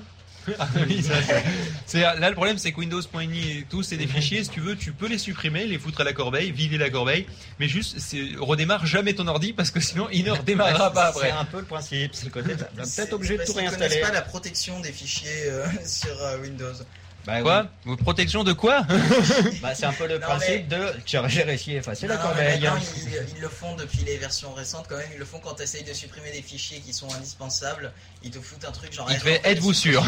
Speaker 4: Ah oui, ça, c'est- c'est- euh, là le problème c'est que Windows.ini et tout c'est des fichiers si tu veux tu peux les supprimer les foutre à la corbeille vider la corbeille mais juste c'est- redémarre jamais ton ordi parce que sinon il ne redémarrera
Speaker 1: Ouais,
Speaker 4: pas
Speaker 1: c'est-
Speaker 4: après
Speaker 1: C'est un peu le principe, Ah, bah, c'est le côté. t'as- t'as
Speaker 8: C'est-
Speaker 1: Peut-être obligé de
Speaker 8: parce
Speaker 1: tout
Speaker 8: qu'ils
Speaker 1: réinstaller.
Speaker 8: connaissent pas la protection des fichiers euh, sur euh, Windows.
Speaker 1: Bah,
Speaker 4: quoi Vos protections de quoi
Speaker 1: Bah, c'est un peu le
Speaker 8: Non,
Speaker 1: principe de tu as réussi à effacer la
Speaker 8: Non, mais
Speaker 1: corbeille.
Speaker 8: maintenant, ils, ils le font depuis les versions récentes quand même. Ils le font quand tu essayes de supprimer des fichiers qui sont indispensables. Ils te foutent un truc genre. eh,
Speaker 4: Il devait êtes-vous sûr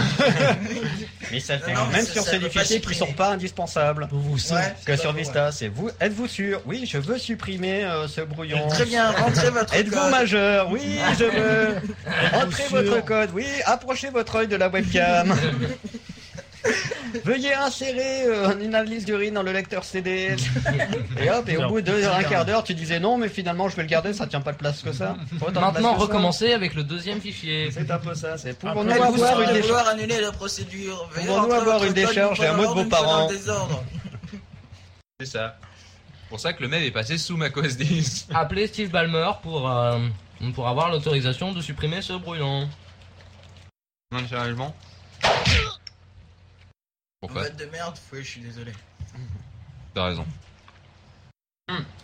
Speaker 1: Mais ça
Speaker 8: Non,
Speaker 1: fait
Speaker 8: non, mais
Speaker 1: même
Speaker 8: ça-
Speaker 1: sur
Speaker 8: ça
Speaker 1: ces
Speaker 8: peut pas
Speaker 1: fichiers qui
Speaker 8: supprimer.
Speaker 1: sont pas indispensables.
Speaker 8: Ouais, c'est
Speaker 1: que
Speaker 8: pas
Speaker 1: sur
Speaker 8: faux,
Speaker 1: Vista, c'est vous. Êtes-vous sûr Oui, je veux supprimer euh, ce brouillon.
Speaker 8: Très bien, rentrez votre
Speaker 1: Êtes-vous
Speaker 8: code.
Speaker 1: majeur Oui, je veux. Entrez
Speaker 8: sûr
Speaker 1: votre code. Oui, approchez votre œil de la webcam. Veuillez insérer euh, une analyse d'urine dans le lecteur CD. Et hop, et au
Speaker 2: Non.
Speaker 1: bout d'un quart d'heure, tu disais non, mais finalement, je vais le garder, ça tient pas de place que ça. Faut autant de place
Speaker 2: Maintenant
Speaker 1: que ça.
Speaker 2: recommencer avec le deuxième fichier.
Speaker 1: C'est un peu ça, c'est
Speaker 8: Pour nous avoir une vouloir annuler la procédure. Veuillez
Speaker 1: Pour nous
Speaker 8: rentrer
Speaker 1: avoir
Speaker 8: votre
Speaker 1: une
Speaker 8: code
Speaker 1: décharge
Speaker 8: dans
Speaker 1: d'un mot de
Speaker 8: l'ordre,
Speaker 1: vos
Speaker 8: une fois dans
Speaker 1: parents.
Speaker 8: le désordre.
Speaker 4: c'est ça C'est pour ça que le mail est passé sous ma cause 10
Speaker 2: Appelez Steve Ballmer pour, euh, pour avoir l'autorisation de supprimer ce brouillon.
Speaker 4: non sérieusement pourquoi
Speaker 8: Boîte de merde, oui, je suis désolé.
Speaker 4: t'as raison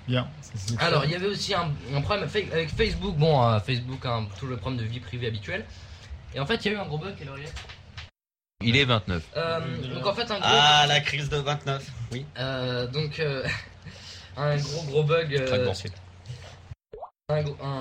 Speaker 3: Bien. c'est- c'est
Speaker 2: Alors,
Speaker 3: fait.
Speaker 2: il y avait aussi un, un problème avec avec Facebook. Bon, euh, Facebook, hein, tout le problème de vie privée habituel. Et en fait, il y a eu un gros bug. quelle heure il est
Speaker 4: il est 29
Speaker 2: Euh, donc en fait, un gros.
Speaker 1: Ah, la crise de 29. Oui.
Speaker 2: Euh, donc, euh, un gros gros bug. euh,
Speaker 1: Très bon, c'est-
Speaker 2: un, gros- un-